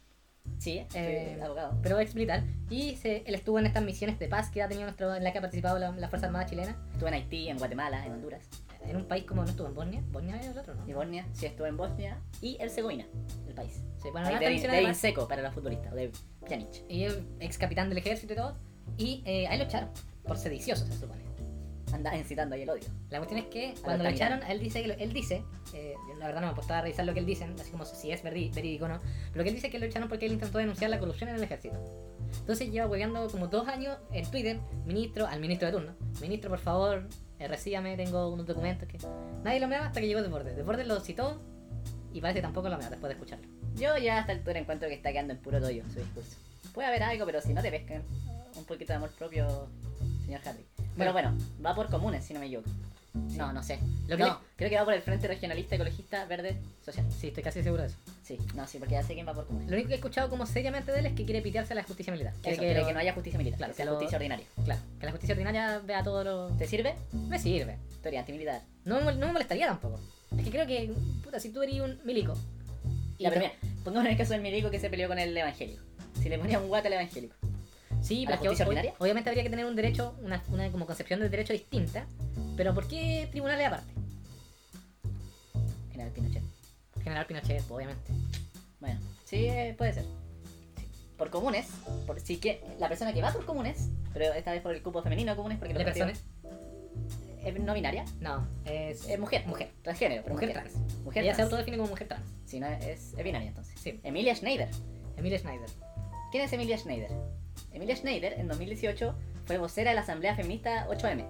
Sí, soy Eh, abogado. pero ex militar, y se- él estuvo en estas misiones de paz que ha tenido nuestro, en la que ha participado la, la Fuerza Armada Chilena, Estuve en Haití, en Guatemala, en Honduras. en un país como no estuvo en Bosnia, Bosnia era el otro, ¿no? Y Bosnia, sí estuve en Bosnia y Herzegovina, el país. Sí, bueno, Ahí de, en estas de, misiones de paz, Inseco para los futbolistas, de Pjanic. y es ex capitán del ejército y todo, y eh, ahí lo echaron, por sedicioso se supone. Anda incitando ahí el odio. La cuestión es que cuando lo Altamira. echaron, él dice, que lo- él dice, eh, yo la verdad no me he puesto a revisar lo que él dice, así como si es verdi- verídico o no, pero que él dice que lo echaron porque él intentó denunciar la corrupción en el ejército. Entonces lleva hueveando como dos años en Twitter, ministro, al ministro de turno, ministro por favor, eh, recíbame, tengo unos documentos que... Nadie lo meaba hasta que llegó Desbordes. Desbordes lo citó y parece que tampoco lo meaba después de escucharlo. Yo ya a esta altura encuentro que está quedando en puro doyo su discurso. Puede haber algo, pero si no te pescan, un poquito de amor propio, señor Harry. Pero bueno, va por comunes, si no me equivoco. No, no sé. Lo que no, creo que va por el Frente Regionalista Ecologista Verde Social. Sí, estoy casi seguro de eso. Sí, no, sí, porque ya sé quién va por comunes. Lo único que he escuchado como seriamente de él es que quiere pitearse a la justicia militar. Quiere Eso, pero lo- que no haya justicia militar, Claro, que sea que lo- justicia ordinaria. Claro, que la justicia ordinaria vea todo lo... ¿Te sirve? Me sirve. Teoría antimilitar. No me, mol- no me molestaría tampoco. Es que creo que, puta, si tú eres un milico. y Ya, pero te- mira, pongamos en el caso del milico que se peleó con el evangélico. Si le ponía un guate al evangélico. Sí, ¿A la pero es que justicia ob- ordinaria? obviamente habría que tener un derecho, una, una como concepción de derecho distinta. Pero ¿por qué tribunales aparte? General Pinochet. General Pinochet, pues, obviamente. Bueno, sí, eh, puede ser. Sí. Por comunes, por, sí que la persona que va por comunes, pero esta vez por el cupo femenino de comunes, porque ¿De los partidos- personas? es no binaria, No, es, es mujer, Mujer. transgénero, pero Mujer mujer, trans. Mujer Ella se trans. autodefine como mujer trans. Sí, no, es, es binaria entonces. Sí, Emilia Schneider. Emilia Schneider. ¿Quién es Emilia Schneider? Emilia Schneider en 2018 fue vocera de la Asamblea Feminista 8M.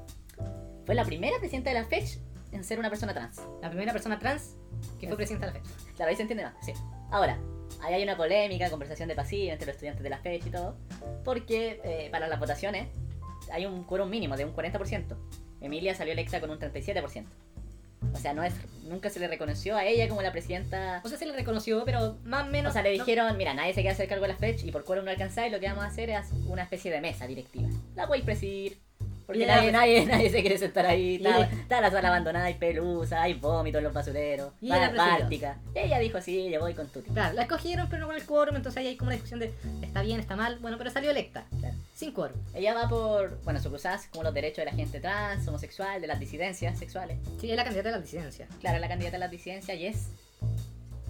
Fue la primera presidenta de la FECH en ser una persona trans. La primera persona trans que Es- fue presidenta de la fecha. Claro, ahí se entiende más. Sí. Ahora, ahí hay una polémica, conversación de pasillo entre los estudiantes de la fecha y todo, porque eh, para las votaciones hay un quórum mínimo de un 40%. Emilia salió electa con un 37%. O sea, no es, nunca se le reconoció a ella como la presidenta. O sea, se le reconoció, pero más o menos. O sea, le no- dijeron, mira, nadie se quiere hacer cargo de la FECH y por quórum no alcanzáis, lo que vamos a hacer es una especie de mesa directiva. La podéis presidir. Porque Y la- nadie, nadie, nadie se quiere sentar ahí. Y la- Está, está la sala abandonada, hay pelusa, hay vómitos en los basureros, Y la la presidió. bártica. Y ella dijo, sí, yo voy con Tuti. Claro, la escogieron, pero no con el quórum, entonces ahí hay como una discusión de está bien, está mal, bueno, pero salió electa. Claro. Sin quórum. Ella va por, bueno, su cruzada es como los derechos de la gente trans, homosexual, de las disidencias sexuales. Sí, es la candidata de la disidencia. Claro, es la candidata a las disidencias y es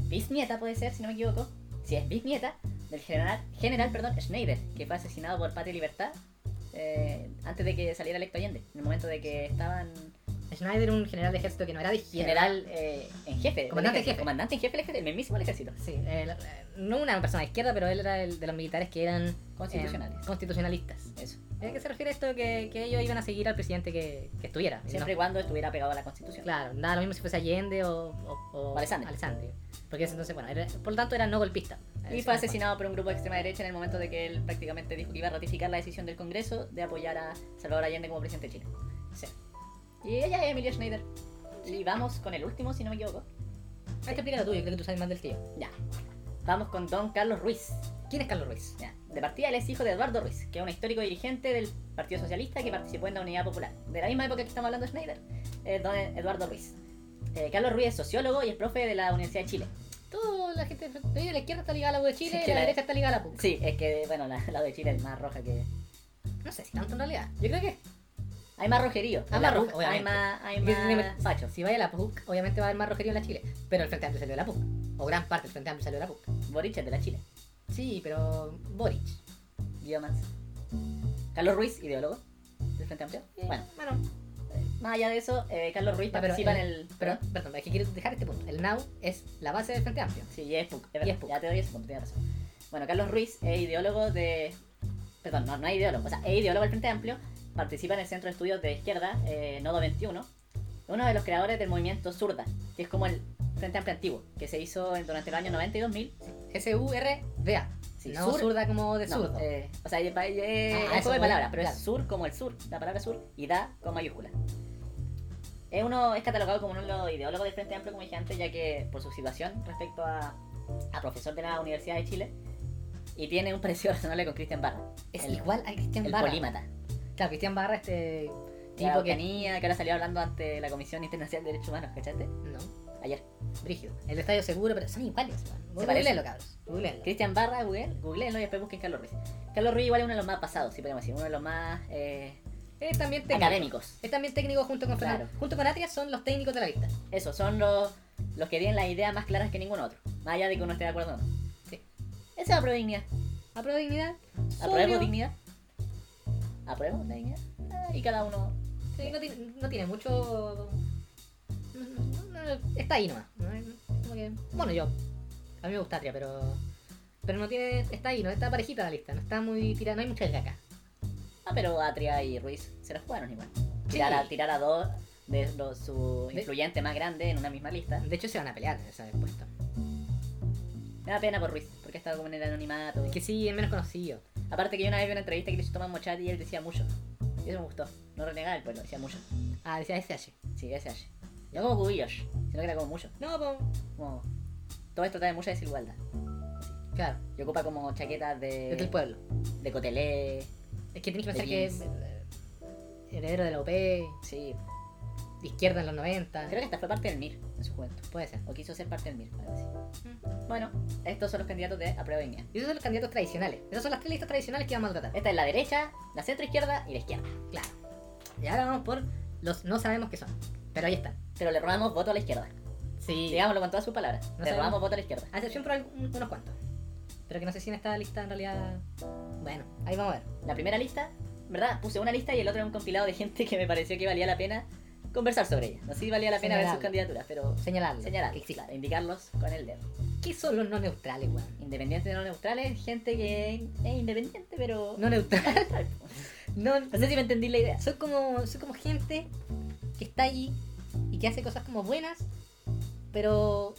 bisnieta, puede ser, si no me equivoco. Si es bisnieta del general, general perdón, Schneider, que fue asesinado por Patria y Libertad eh, antes de que saliera electo Allende, en el momento de que estaban Schneider, un general de ejército que no era de izquierda. General eh, en jefe. del Comandante en ejército, jefe. Comandante en jefe del ejército, el mismísimo del ejército. Sí, el- eh, no una persona de izquierda, pero él era el de los militares que eran eh, Constitucionales. constitucionalistas. Eso. ¿A qué se refiere esto? Que, que ellos iban a seguir al presidente que, que estuviera. Y Siempre y no- cuando estuviera pegado a la constitución. claro, nada lo mismo si fuese Allende o, o, O Alessandri. Porque ese entonces, bueno, era- por lo tanto era no golpista. Y Eso fue es asesinado por un grupo de extrema derecha en el momento de que él prácticamente dijo que iba a ratificar la decisión del Congreso de apoyar a Salvador Allende como presidente de Chile. Sí. Y ella es Emilia Schneider. Y vamos con el último, si no me equivoco. Ah, te explica lo tuyo, creo que tú sabes más del que yo. Ya. Vamos con Don Carlos Ruiz. ¿Quién es Carlos Ruiz? Ya. De partida, él es hijo de Eduardo Ruiz, que es un histórico dirigente del Partido Socialista que participó en la Unidad Popular. De la misma época que estamos hablando de Schneider, eh, don Eduardo Ruiz. Eh, Carlos Ruiz es sociólogo y es profe de la Universidad de Chile. Toda la gente de de la izquierda está ligada a la U de Chile Sí, y que la la- derecha está ligada a la PUC. Sí, es que, bueno, la, la de Chile es más roja que... No sé si tanto en realidad. Yo creo que Hay más rojerío. Hay En más la roje- PUC Hay obviamente. más, hay Y tiene- más fachos. si vaya a la PUC, obviamente va a haber más rojerío en la Chile. Pero el Frente Amplio salió de la PUC. O gran parte del Frente Amplio salió de la PUC. Boric es de la Chile. Sí, pero Boric. Guido Mans. Carlos Ruiz, ideólogo del Frente Amplio. Eh, Bueno, bueno. más allá de eso, eh, Carlos Ruiz Ya, pero, participa eh, en el... Pero, perdón, es que quiero dejar este punto. El NAU es la base del Frente Amplio. ¿Eh? Sí, y es PUC, es Y verdad. es PUC. Ya te doy ese punto, tienes razón. Bueno, Carlos Ruiz es ideólogo de... Perdón, no, no es ideólogo. O sea, es ideólogo del Frente Amplio. Participa en el Centro de Estudios de Izquierda, eh, Nodo 21. Uno de los creadores del movimiento Zurda, que es como el Frente Amplio antiguo, que se hizo en- durante el año 90 y 2000. S-U-R-D-A. Sí, no sur- zurda como de No, zurdo. eh, o sea, es Ah, un eso juego de voy, palabras, pero claro. es sur como el sur, la palabra sur, y da con mayúscula. Es, uno, es catalogado como uno de los ideólogos del Frente Amplio, como dije antes, ya que por su situación respecto a, a profesor de la Universidad de Chile, y tiene un precio razonable con Cristian Barra, es el- igual a Cristian el Barra. polímata. Claro, Cristian Barra, este Tipo tipo que que. tenía, que ahora salió hablando ante la Comisión Internacional de Derechos Humanos, ¿cachaste? No, Ayer. brígido. El estadio seguro, pero son iguales, weón. Googleenlo, parecen. cabros. Googleenlo. Cristian Barra, Google, googleenlo y después busquen Carlos Ruiz. Carlos Ruiz igual es uno de los más pasados, si podemos decir, uno de los más eh, Es también técnico. académicos. Es también técnico junto con Fernando. Claro. Junto con Atria son los técnicos de la vista. Eso, son los, los que tienen las ideas más claras que ningún otro. Más allá de que uno esté de acuerdo o no. Sí. Esa es apruebo de dignidad. Apruebo dignidad. Apruebo sobrio. dignidad. Apruebo la dignidad. Ah, Y cada uno. Sí, no, tiene, no tiene mucho. no- no- no- está ahí nomás. ¿no? Es como que- Bueno, yo. A mí me gusta Atria, pero. Pero no tiene. Está ahí, no está parejita la lista. No está muy tirada. No hay mucha caca. Ah, pero Atria y Ruiz se las jugaron igual. Sí. Tirar, a, tirar a dos de los, su De- influyente más grande en una misma lista. De hecho, se van a pelear en ese puesto. Me da pena por Ruiz, porque ha estado como en el anonimato. Es que sí, es menos conocido. Aparte que yo una vez vi una entrevista que le hizo Tomás Mochat y él decía mucho. Y eso me gustó. No renegaba el pueblo, decía mucho. Ah, decía SH. Sí, ese Ash. No como cubillos, sino que era como mucho. No, pues. Como... Todo esto trae mucha desigualdad. Claro, Y ocupa como chaquetas es del de, pueblo. de cotelé. Es que tenés que de pensar que. jeans. eh, Heredero de la UP, de Sí. izquierda en los 90. Creo que hasta fue parte del MIR en su juventud. Puede ser. O quiso ser parte del MIR, algo así. Mm. Bueno, estos son los candidatos de aprueba dignidad. Y esos son los candidatos tradicionales. Esas son las tres listas tradicionales que vamos a tratar. Esta es la derecha, la centro izquierda y la izquierda. Claro. Y ahora vamos por los no sabemos qué son. Pero ahí están. Pero le robamos voto a la izquierda. Sí. Digámoslo con todas sus palabras. No le sabemos. robamos voto a la izquierda. A excepción por algún- unos cuantos. Pero que no sé si en esta lista en realidad. Bueno, ahí vamos a ver. La primera lista, en ¿verdad? Puse una lista y el otro era un compilado de gente que me pareció que valía la pena conversar sobre ella. No sé si valía la pena ver sus Señalarlo. candidaturas, pero Señalarlo. señalar, Que existen. indicarlos con el dedo. ¿Qué son los no neutrales, weón? Independientes no neutrales, gente que es independiente, pero. No neutrales. neutral. No, No sé si me entendí la idea. son como. Son como gente que está allí y que hace cosas como buenas. Pero.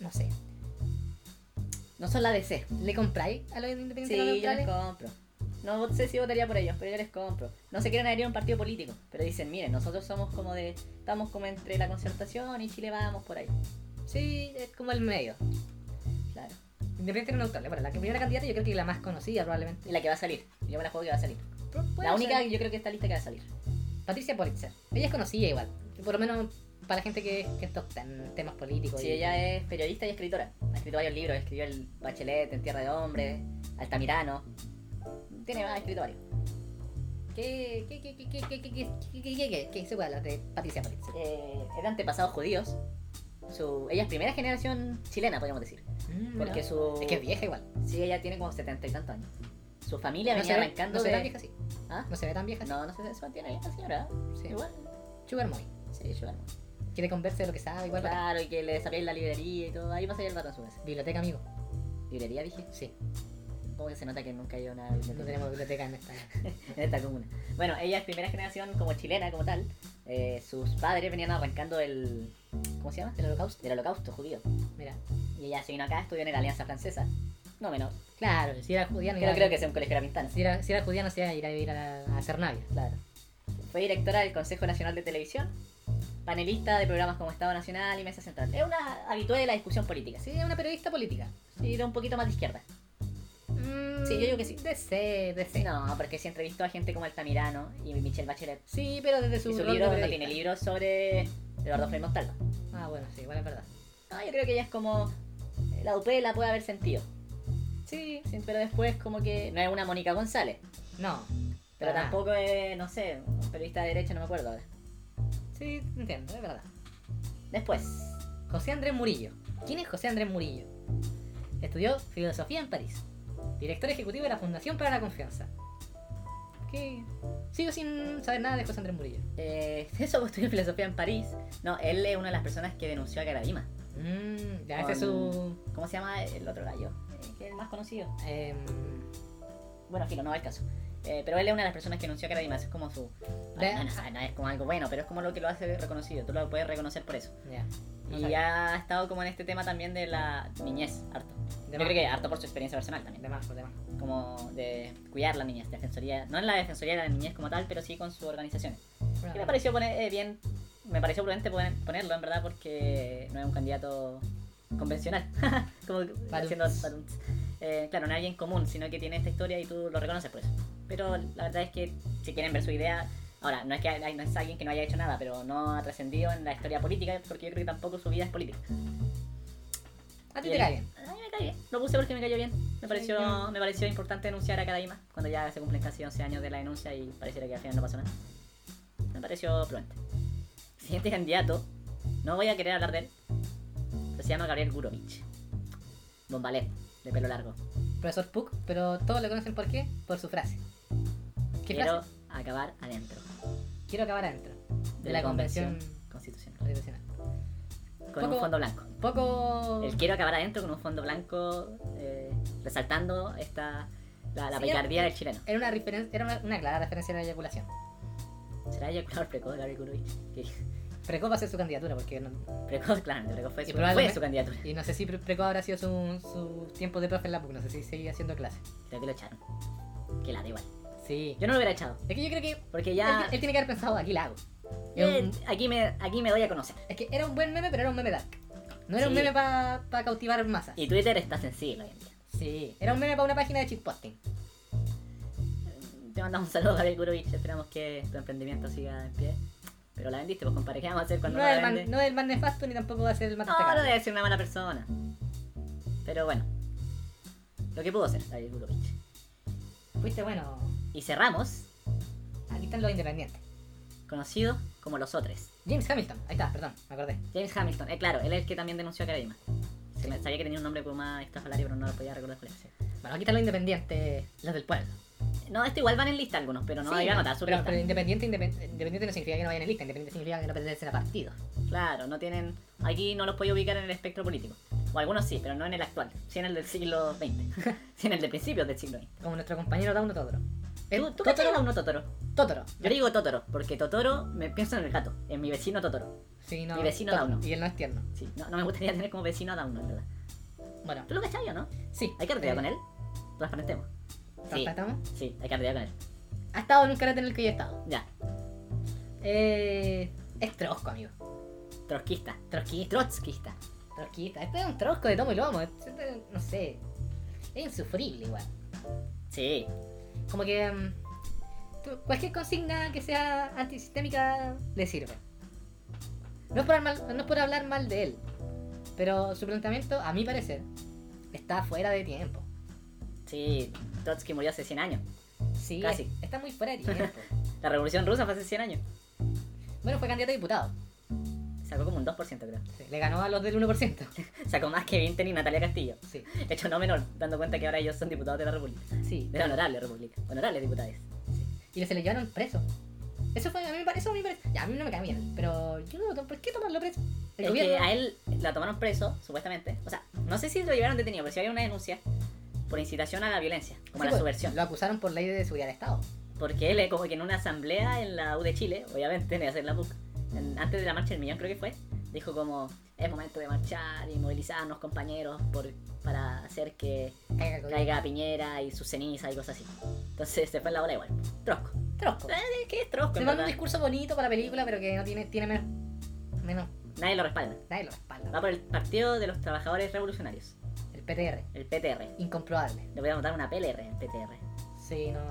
No sé. No son la DC. ¿Le compráis a los independientes no Sí, yo neutrales? les compro. No sé si votaría por ellos, pero yo les compro. No se quieren adherir a un partido político, pero dicen, miren, nosotros somos como de... Estamos como entre la concertación y Chile vamos por ahí. sí, es como el medio. Claro. Independiente no neutrales. Bueno, la primera candidata yo creo que es la más conocida probablemente. Y la que va a salir. Yo me la juego que va a salir. Pero puede la única, ser. yo creo que está lista que va a salir. Patricia Politzer. Ella es conocida igual. Por lo menos para la gente que, que toca en temas políticos. Sí, y- ella es periodista y escritora. Ha escrito varios libros. Escribió El Bachelet, En Tierra de Hombres, Altamirano. Tiene, ha escrito varios. ¿Qué, qué, qué, qué, qué, qué, qué, qué, qué, qué, qué, qué, qué se puede hablar de Patricia Politzer? Eh, es de antepasados judíos. Su, ella es primera generación chilena, podríamos decir. Porque es, su... Mm, es que es vieja igual. Sí, ella tiene como setenta y tantos años. Su familia No se, venía ve, arrancando no se ve de... tan vieja así. ¿Ah? No se ve tan vieja así. No, no se se mantiene bien la señora. Sí. Igual. Sugar Mommy. Sí, claro. Que le converse de lo que sabe, igual. bacán. Claro, y que le desarrolle la librería y todo. Ahí pasa el rato en su vez. Biblioteca, amigo. ¿Librería dije? Sí, ¿Cómo que se nota que nunca he ido a una biblioteca? no tenemos biblioteca en esta. en esta comuna. Bueno, ella es primera generación como chilena, como tal. Eh, sus padres venían arrancando el... ¿Cómo se llama? ¿Del holocausto? Del holocausto judío. Mira. Y ella se vino acá, estudió en la Alianza Francesa. No menor. Claro, si era judía no iba Creo, a- creo que sea un colegio de la pintana. si era, si era judía no se iba a ir a vivir a, a Cernavia. Claro. Fue directora del Consejo Nacional de Televisión, panelista de programas como Estado Nacional y Mesa Central. Es una habitual de la discusión política, sí. Sí, es una periodista política. Sí, de un poquito más de izquierda. Mm, Sí, yo digo que sí. DC, DC. No, porque se entrevistó a gente como Altamirano y Michelle Bachelet. Sí, pero desde su, Y su rol de libro no periodista. tiene libros sobre Eduardo Frei Montalva. Ah, bueno, sí, igual es verdad. No, yo creo que ella es como... eh, La UP la puede haber sentido. Sí. Sí, Pero después como que no es una Mónica González. No. Pero para nada. tampoco es, no sé, un periodista de derecha, no me acuerdo ahora. Sí, entiendo, es verdad. Después, José Andrés Murillo. ¿Quién es José Andrés Murillo? Estudió filosofía en París. Director ejecutivo de la Fundación para la Confianza. Que sigo sin saber nada de José Andrés Murillo. eh, eso pues, estudió filosofía en París. No, él es una de las personas que denunció a Garadima. Mmm, ya ese Con- es su. ¿Cómo se llama el otro gallo? Eh, que es el más conocido. em, Bueno, filo, no va el caso. Eh, pero él es una de las personas que denunció a Garadima. Es como su... Ve- Ah, No, no, no, es como algo bueno, pero es como lo que lo hace reconocido. Tú lo puedes reconocer por eso. ya. no Y sabía. ha estado como en este tema también de la niñez, harto. De Yo más. creo que harto por su experiencia personal también. De más, por de más. como de cuidar la niñez, defensoría, no en la defensoría de la niñez como tal, pero sí con sus organizaciones. Y me pareció poner, eh, bien, me pareció prudente poner- ponerlo en verdad porque no es un candidato convencional, como haciendo Balunts. Eh, claro, no es alguien común, sino que tiene esta historia y tú lo reconoces por eso. Pero la verdad es que si quieren ver su idea, ahora no es que hay- no es alguien que no haya hecho nada, pero no ha trascendido en la historia política porque yo creo que tampoco su vida es política. A ti te cae bien. A mí me cae bien. Lo puse porque me cayó bien. Me pareció, yo- me pareció importante denunciar a Kadaima cuando ya se cumplen casi 11 años de la denuncia y pareciera que al final no pasó nada. Me pareció prudente. Siguiente candidato, no voy a querer hablar de él, pero se llama Gabriel Gurovich. Bombalet, de pelo largo. Profesor Puck, pero todos lo conocen por qué? Por su frase. ¿Qué Quiero frase? acabar adentro Quiero acabar adentro. De la Convención Constitucional. Constitucional. Con un Poco- fondo blanco. Poco. El quiero acabar adentro con un fondo blanco eh, resaltando esta, la, la Sí, picardía del chileno. Era una, referen- era una, una clara referencia a la eyaculación. ¿Será eyaculador precoz Gabriel Gurovich? Que- Precoz va a ser su candidatura, porque no, Precoz, claro, Precoz fue Y su, probablemente- fue su candidatura. y no sé si Pre- Precoz habrá sido su, su tiempo de profe en la PUC, no sé si seguía haciendo clases. Creo que lo echaron. Que la da igual. Sí. Yo no lo hubiera echado, Es que yo creo que él- porque ya. él, tiene que haber pensado, aquí la hago. Y eh, un- aquí, me, aquí me doy a conocer. es que era un buen meme, pero era un meme dark. No era un Sí. meme para cautivar masas. Y Twitter está sensible hoy en día. Sí. Era un meme para una página de shitposting. Te mandamos un saludo a Gabriel Gurovich. Esperamos que tu emprendimiento siga en pie. Pero la vendiste, pues compadre, ¿qué vamos a hacer No, cuando es la el man- vende? no es el más nefasto ni tampoco va a ser el más No, no destacado. debe ser una mala persona. Pero bueno. Lo que pudo ser Gabriel Gurovich. Fuiste bueno. Y cerramos, Aquí están los independientes. conocido como los otros. James Hamilton. Ahí está, perdón, me acordé. James Hamilton, eh, claro, él es el que también denunció a Karadima. Se me- Sabía que tenía un nombre como más estrafalario, pero no lo podía recordar cuál era. Bueno, aquí están los independientes, los del pueblo. Este, No, esto igual van en lista algunos, pero no Sí, hay que anotar su pero, lista. pero independiente, indepen- independiente no significa que no vayan en lista, independiente significa que no pertenecen a partidos. Claro, no tienen. Aquí no los podía ubicar en el espectro político. O algunos sí, pero no en el actual. Sí en el del siglo XX. sí en el de principios del siglo XX. Como nuestro compañero Dauno Totoro. El ¿Tú, tú Totoro, cachai a uno Totoro? Totoro. Yo le digo Totoro, porque Totoro me pienso en el gato, en mi vecino Totoro. Sí, no, Mi vecino Totoro. Dauno. Y él no es tierno. Sí, no, no me gustaría tener como vecino a Dauno, en verdad. Bueno, ¿Tú lo cachai o no? sí. ¿Hay carretera Eh, con él? Transparentemos. Sí, ¿tratamos? sí, hay carretera con él. Ha estado en un karate en el que yo he estado. Ya, Eh, es trosco, amigo. trotskista. Trotskista. Trotskista. Trotskista. Este es un trosco de tomo y lomo. Este- este- no sé. Es insufrible igual. Sí, Como que... mm, tú- cualquier consigna que sea antisistémica le sirve. No es, por hablar mal, no es por hablar mal de él. Pero su planteamiento, a mi parecer, está fuera de tiempo. sí. Trotsky murió hace 100 años. Sí, Casi. es- está muy fuera de tiempo. La revolución rusa fue hace 100 años. bueno, fue candidato a diputado. Sacó como un 2%, creo. Sí, Le ganó a los del 1%. Sacó más que Vinten y Natalia Castillo. Sí, De hecho, no menor, dando cuenta que ahora ellos son diputados de la República. sí. De la honorable República. Honorables diputados. Y se le llevaron preso. Eso fue, a mí me parece, eso a mí me parece. Ya, a mí no me cae bien, pero yo no lo tomo. ¿Por qué tomarlo preso? El Es que gobierno. a él la tomaron preso, supuestamente. O sea, no sé si lo llevaron detenido, pero sí había una denuncia por incitación a la violencia, como Sí, a la pues, subversión. Lo acusaron por ley de seguridad de Estado. Porque él, eh, como que en una asamblea en la U de Chile, obviamente, en hacer la PUC, en- antes de la marcha del millón creo que fue, dijo como, es momento de marchar y movilizarnos, compañeros, por, para hacer que Caiga el gobierno. caiga Piñera y sus cenizas y cosas así. Entonces se fue la ola igual. Trosco. Trosco. Eh, ¿Qué es Trosco? Se en manda un verdad? discurso bonito para la película, pero que no tiene, tiene menos. Menos. Nadie lo respalda. Nadie lo Va respalda. por el Partido de los Trabajadores Revolucionarios, El PTR. el PTR. Incomprobable. Le voy a montar una PLR al PTR. Sí, no.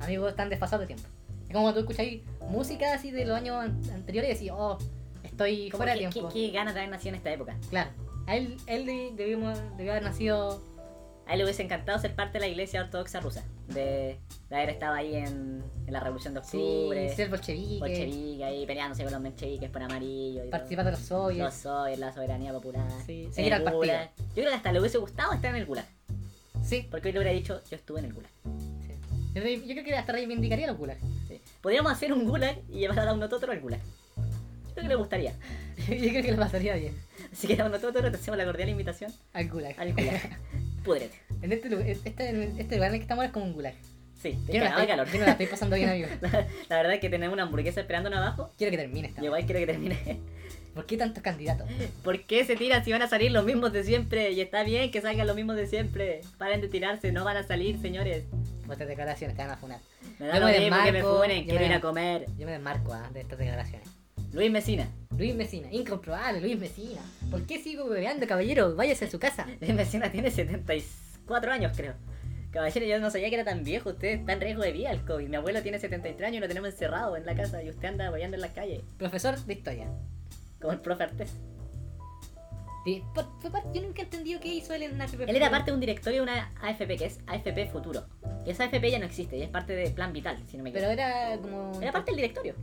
Amigos, están desfasados de tiempo. Es como cuando tú escuchas ahí música así de los años an- anteriores y decís, oh, estoy Como fuera de que- tiempo. que- que ganas de haber nacido en esta época? Claro. A él, él de- debimos, debió haber nacido. A él le hubiese encantado ser parte de la iglesia ortodoxa rusa. De, de haber estado ahí en, en la Revolución de Sí, Octubre. ser bolchevique, bolchevique ahí peleándose con los mencheviques por amarillo. Y participar de los todo. Los soviets. soy, la soberanía popular. Sí, en seguir el al Gulag. Yo creo que hasta le hubiese gustado estar en el Gulag. Sí. Porque hoy le hubiera dicho, yo estuve en el Gulag. sí. Yo creo- yo creo que hasta reivindicaría los gulags. Sí. Podríamos hacer un Gulag y llevar a Daunototoro al Gulag. Yo creo que le gustaría. Yo creo que lo pasaría bien. Así que Daunototoro te hacemos la cordial invitación Al gulag. al Gulag. Púdrete. En este, lu- este, este lugar en el que estamos es como un gulag. Sí, te Yo no, la cagaba estoy, de calor. yo no la estoy pasando bien, amigo. La verdad es que tenemos una hamburguesa esperándonos abajo. Quiero que termine esta. Y igual quiero que termine. ¿Por qué tantos candidatos? ¿Por qué se tiran si van a salir los mismos de siempre? Y está bien que salgan los mismos de siempre. Paren de tirarse, no van a salir, señores. Vuestras declaraciones te van a funar. Me da Yo lo me mismo que me desmarco, funen, yo quiero me- ir a comer. Yo me desmarco ah, de estas declaraciones. Luis Mesina. Luis Mesina, incomprobable, Luis Mesina. ¿Por qué sigo bebeando, caballero? Váyase a su casa. Luis Mesina tiene 74 años, creo. Caballero, yo no sabía que era tan viejo. Usted está en riesgo de vida el COVID. Mi abuelo tiene 73 años y lo tenemos encerrado en la casa. Y usted anda boyando en la calle. Profesor de historia. Como el profe Artés. Di- por- fue par- yo nunca he entendido qué hizo él en una Él era parte de un directorio de una AFP que es AFP Futuro. Y esa AFP ya no existe y es parte de Plan Vital, si no me Pero equivoco. era como. Era parte del directorio.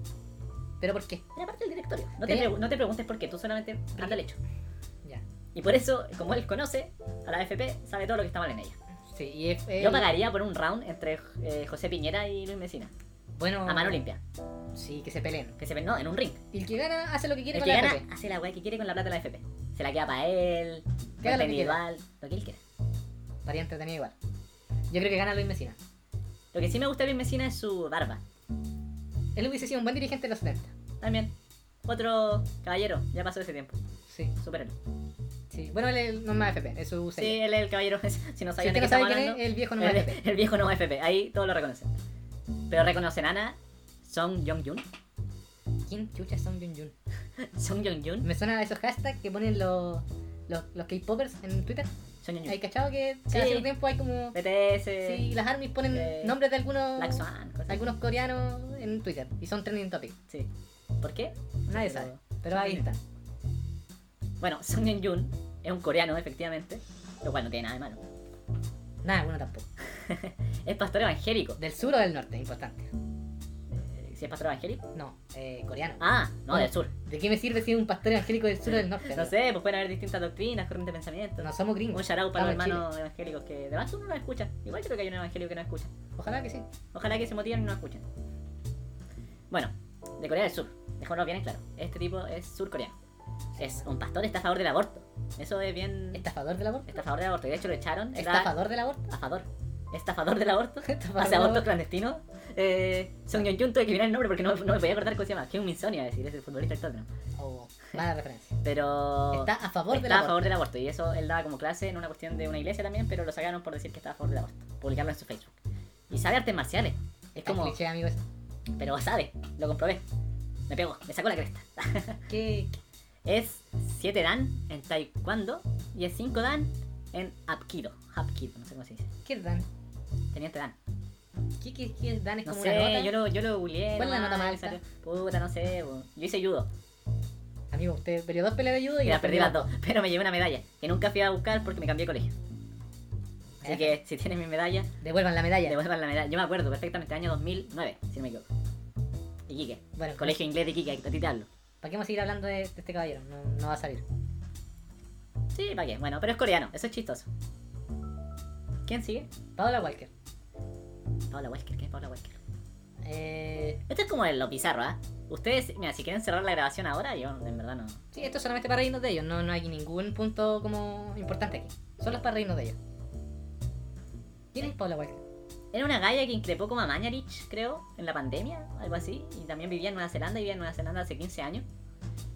¿Pero por qué? Era parte del directorio. No te, Tenía- pregu- no te preguntes por qué, tú solamente anda el hecho. Ya. Y por eso, como él conoce a la AFP, sabe todo lo que está mal en ella. Sí, y es. Yo él- pagaría por un round entre eh, José Piñera y Luis Mesina. Bueno. A mano limpia. Sí, que se peleen. Que se ven, no, en un ring. Y el que gana hace lo que quiere El con que la gana AFP. hace la weá que quiere con la plata de la AFP. Se la queda para él, Que haga lo parte que quiera. individual, lo que él quiera. Estaría entretenido igual. Yo creo que gana Luis Mesina. Lo que sí me gusta de Luis Mesina es su barba. Él hubiese sido un buen dirigente de los 70. También. Otro caballero, ya pasó ese tiempo. Sí. Súper. Sí, bueno, él es- no es más FP, es su Sí, sello. él es el caballero. Si no Eh, si sabían usted de qué no sabe estamos quién es, hablando. el viejo no es El, más FP. el viejo no FP, ahí todos lo reconocen. Pero reconocerán a Song Jong-jun. ¿Quién chucha es Song Jun Jun? Song Jong-jun. Me suena a esos hashtags que ponen los, los, los K-popers en Twitter. Song Hay Jong-jun. cachado que cada Sí. cierto tiempo hay como. BTS. Sí, las armies ponen eh, nombres de algunos Black Swan. cosas así. algunos coreanos en Twitter y son trending topic. Sí. ¿Por qué? Nadie Pero- sabe, pero ahí está. Bueno, Song Jong-jun es un coreano, efectivamente. Lo cual no tiene nada de malo. Nada, uno tampoco. Es pastor evangélico. ¿Del sur o del norte? Importante. Eh, Si es pastor evangélico. No, eh, coreano. Ah, no, No. del sur. ¿De qué me sirve si es un pastor evangélico del sur o del norte? No amigo? sé, pues pueden haber distintas doctrinas, corrientes de pensamiento. No somos Un gringos. shout para los Estamos en hermanos evangélicos que de más uno no escucha. Igual creo que hay un evangélico que no escucha. Ojalá que sí. Ojalá que se motiven y no escuchen. Bueno, de Corea del Sur. Dejémoslo bien en claro. Este tipo es surcoreano. Es un pastor, está a favor del aborto. Eso es bien... ¿Estafador del aborto? Está a favor del aborto. Y de hecho lo echaron. Era ¿Estafador del aborto? Estafador. Estafador del aborto. Estafador Hace del abortos aborto. clandestinos. Eh, Song Yun Jun, tuve que mirar el nombre porque no, no me podía acordar cómo se llama. Kim Min Son iba a decir, es el futbolista del Tottenham. Oh, mala referencia. Pero... Está a favor del Estaba a aborto. favor del aborto. Y eso él daba como clase en una cuestión de una iglesia también, pero lo sacaron por decir que estaba a favor del aborto. Publicarlo en su Facebook. Y sabe artes marciales. Es Está como... cliché, amigos. Pero sabe, lo comprobé. Me pegó, me sacó la cresta. ¿Qué? Es 7 dan en taekwondo y es 5 dan en hapkido. Hapkido, no sé cómo se dice. ¿Qué es Dan? Teniente dan. ¿Qué, qué, qué es Dan? ¿Es No como una sé, nota? yo lo, yo lo googleé. ¿Cuál es la nomás, nota más me alta? salió. Puta, no sé. po. Yo hice judo Amigo, usted perdió dos peleas de judo y y las perdí las perdió- dos, pero me llevé una medalla que nunca fui a buscar porque me cambié de colegio. Así Eh. que si tienen mi medalla, Devuelvan la medalla. devuelvan la medalla. Yo me acuerdo perfectamente, año 2009, si no me equivoco. Iquique, Bueno, colegio inglés de Iquique, a ti te hablo. ¿para qué vamos a seguir hablando de, de este caballero? No, no va a salir. Sí, ¿para qué? Bueno, pero es coreano, eso es chistoso. ¿Quién sigue? Paola Walker. Paula Welker, ¿qué es Paula Welker? Eh, Esto es como lo pizarro, ¿ah? Ustedes, mira, si quieren cerrar la grabación ahora, yo en verdad no. sí, esto es solamente para reírnos de ellos. No, no hay ningún punto como importante aquí. Solo es para reírnos de ellos. ¿Quién es Paula Walker? Era una galla que increpó como a Mañarich, creo, en la pandemia, algo así. Y también vivía en Nueva Zelanda, vivía en Nueva Zelanda hace 15 años.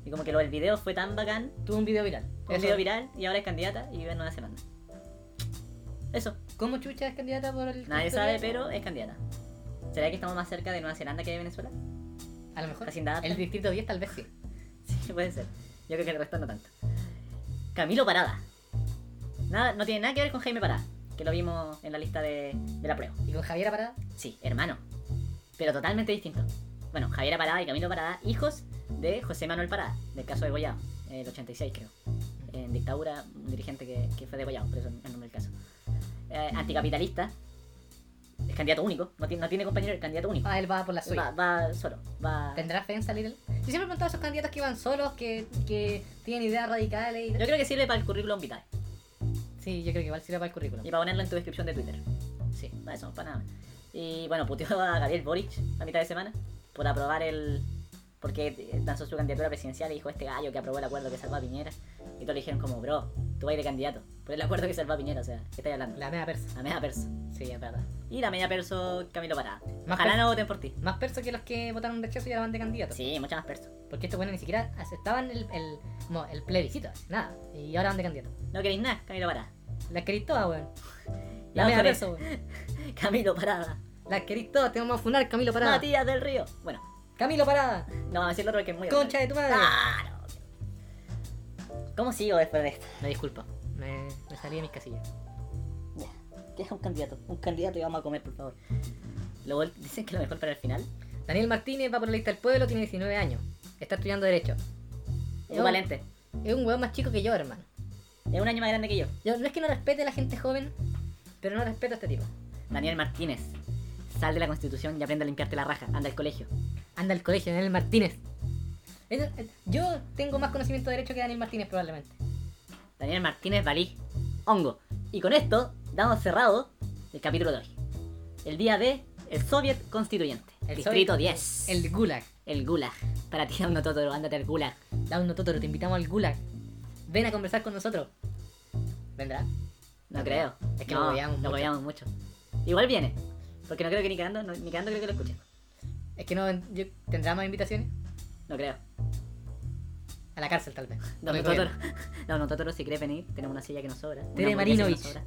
Y como que lo del video fue tan bacán, Tuvo un video viral. fue un Eso. video viral, y ahora es candidata y vive en Nueva Zelanda. Eso, ¿Cómo chucha es candidata por el... nadie Cristo sabe, de- pero es candidata. ¿Será que estamos más cerca de Nueva Zelanda que de Venezuela? A lo mejor. Hacienda Apta. El distrito 10 tal vez sí. Sí, puede ser. Yo creo que el resto no tanto. Camilo Parada. Nada, no tiene nada que ver con Jaime Parada, que lo vimos en la lista de, de la prueba. ¿Y con Javiera Parada? Sí, hermano. Pero totalmente distinto. Bueno, Javiera Parada y Camilo Parada, hijos de José Manuel Parada, del caso de Goyao, el 86 creo. En dictadura, un dirigente que, que fue degollado, por eso el nombre del caso. Eh, anticapitalista. Es candidato único. No tiene, no tiene compañero, es candidato único. Ah, él va por la suya. Va, va solo. Va... ¿Tendrá fe en salir él? Yo siempre he preguntado a esos candidatos que van solos, que, que tienen ideas radicales y... Yo creo que sirve para el currículum vitae. Sí, yo creo que igual sirve para el currículum. Y para ponerlo en tu descripción de Twitter. Sí. No, eso, para nada. Y bueno, puteó a Gabriel Boric a mitad de semana por aprobar el. Porque lanzó su candidatura presidencial y dijo este gallo que aprobó el acuerdo que salvó a Piñera. Y todos le dijeron, como, bro, tú vas de candidato por el acuerdo que salvó a Piñera. O sea, ¿qué estáis hablando? La, La media persa. media perso. Sí, es verdad. Y la media perso, Camilo Parada. Más Ojalá perso- no voten por ti. Más perso que los que votaron de exceso y ahora van de candidatos. Sí, muchas más perso. Porque estos buenos ni siquiera aceptaban el, el, como el plebiscito, así, nada. Y ahora van de candidatos. No queréis nada, Camilo Parada. Las querís todas, weón. La La media otra persa, weón. Camilo Parada. Las querís todas, te vamos a funar, Camilo Parada. Matías del Río. Bueno, Camilo Parada. no vamos a decirlo porque es muy. Concha de tu madre. ¡Claro! ¿Cómo sigo después de esto? Me disculpo. Me, me salí de mis casillas. Ya. ¿Qué es un candidato? Un candidato y vamos a comer, por favor. Lo vol- dicen que lo mejor para el final. Daniel Martínez va por la lista del pueblo, tiene 19 años. Está estudiando Derecho. Es No. un valente. Es un weón más chico que yo, hermano. Es un año más grande que yo. Yo, no es que no respete a la gente joven, pero no respeto a este tipo. Daniel Martínez. Sal de la constitución y aprende a limpiarte la raja. Anda al colegio. Anda al colegio, Daniel Martínez. Es- es- Yo tengo más conocimiento de derecho que Daniel Martínez, probablemente. Daniel Martínez Valí. Hongo. Y con esto damos cerrado el capítulo de hoy. El día de el Soviet Constituyente. El Distrito Soviet- 10. El, El Gulag. Gulag. Para ti, no Totoro, ándate al Gulag. Dauno Totoro, te invitamos al Gulag. Ven a conversar con nosotros. ¿Vendrá? No creo. Es que No, lo odiamos Lo mucho. odiamos mucho. Igual viene. Porque no creo que ni cagando, no- ni cagando creo que lo escuchen. Es que no, yo- ¿tendrá más invitaciones? No creo. A la cárcel, tal vez. No, Muy no, bien. Totoro. No, no, Totoro, si querés venir, tenemos una silla que nos sobra. una Tere hamburguesa que nos Marinovich. sobra.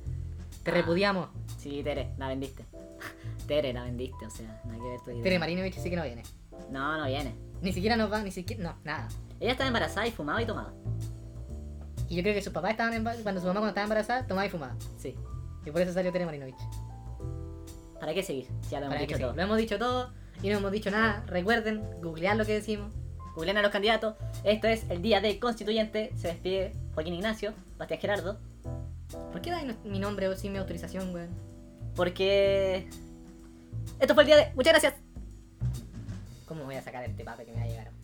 Te repudiamos. Sí, Tere, la vendiste. Tere, la vendiste, o sea, nada que ver tu idea. Tere Marinovich sí que no viene. No, no viene. Ni siquiera nos va, ni siquiera. No, nada. Ella estaba embarazada y fumaba y tomaba. Y yo creo que sus papás estaban embar- cuando su mamá cuando estaba embarazada tomaba y fumaba. Sí. Y por eso salió Tere Marinovich. ¿Para qué seguir? Si ya lo hemos Para dicho que sí, todo. Lo hemos dicho todo y no hemos dicho nada. Recuerden googlear lo que decimos. Googleen a los candidatos. Esto es el día del constituyente. Se despide Joaquín Ignacio, Bastián Gerardo. ¿Por qué dais mi nombre o sin mi autorización, weón? Porque. Esto fue el día de. Muchas gracias. ¿Cómo voy a sacar este papel que me va a llegar?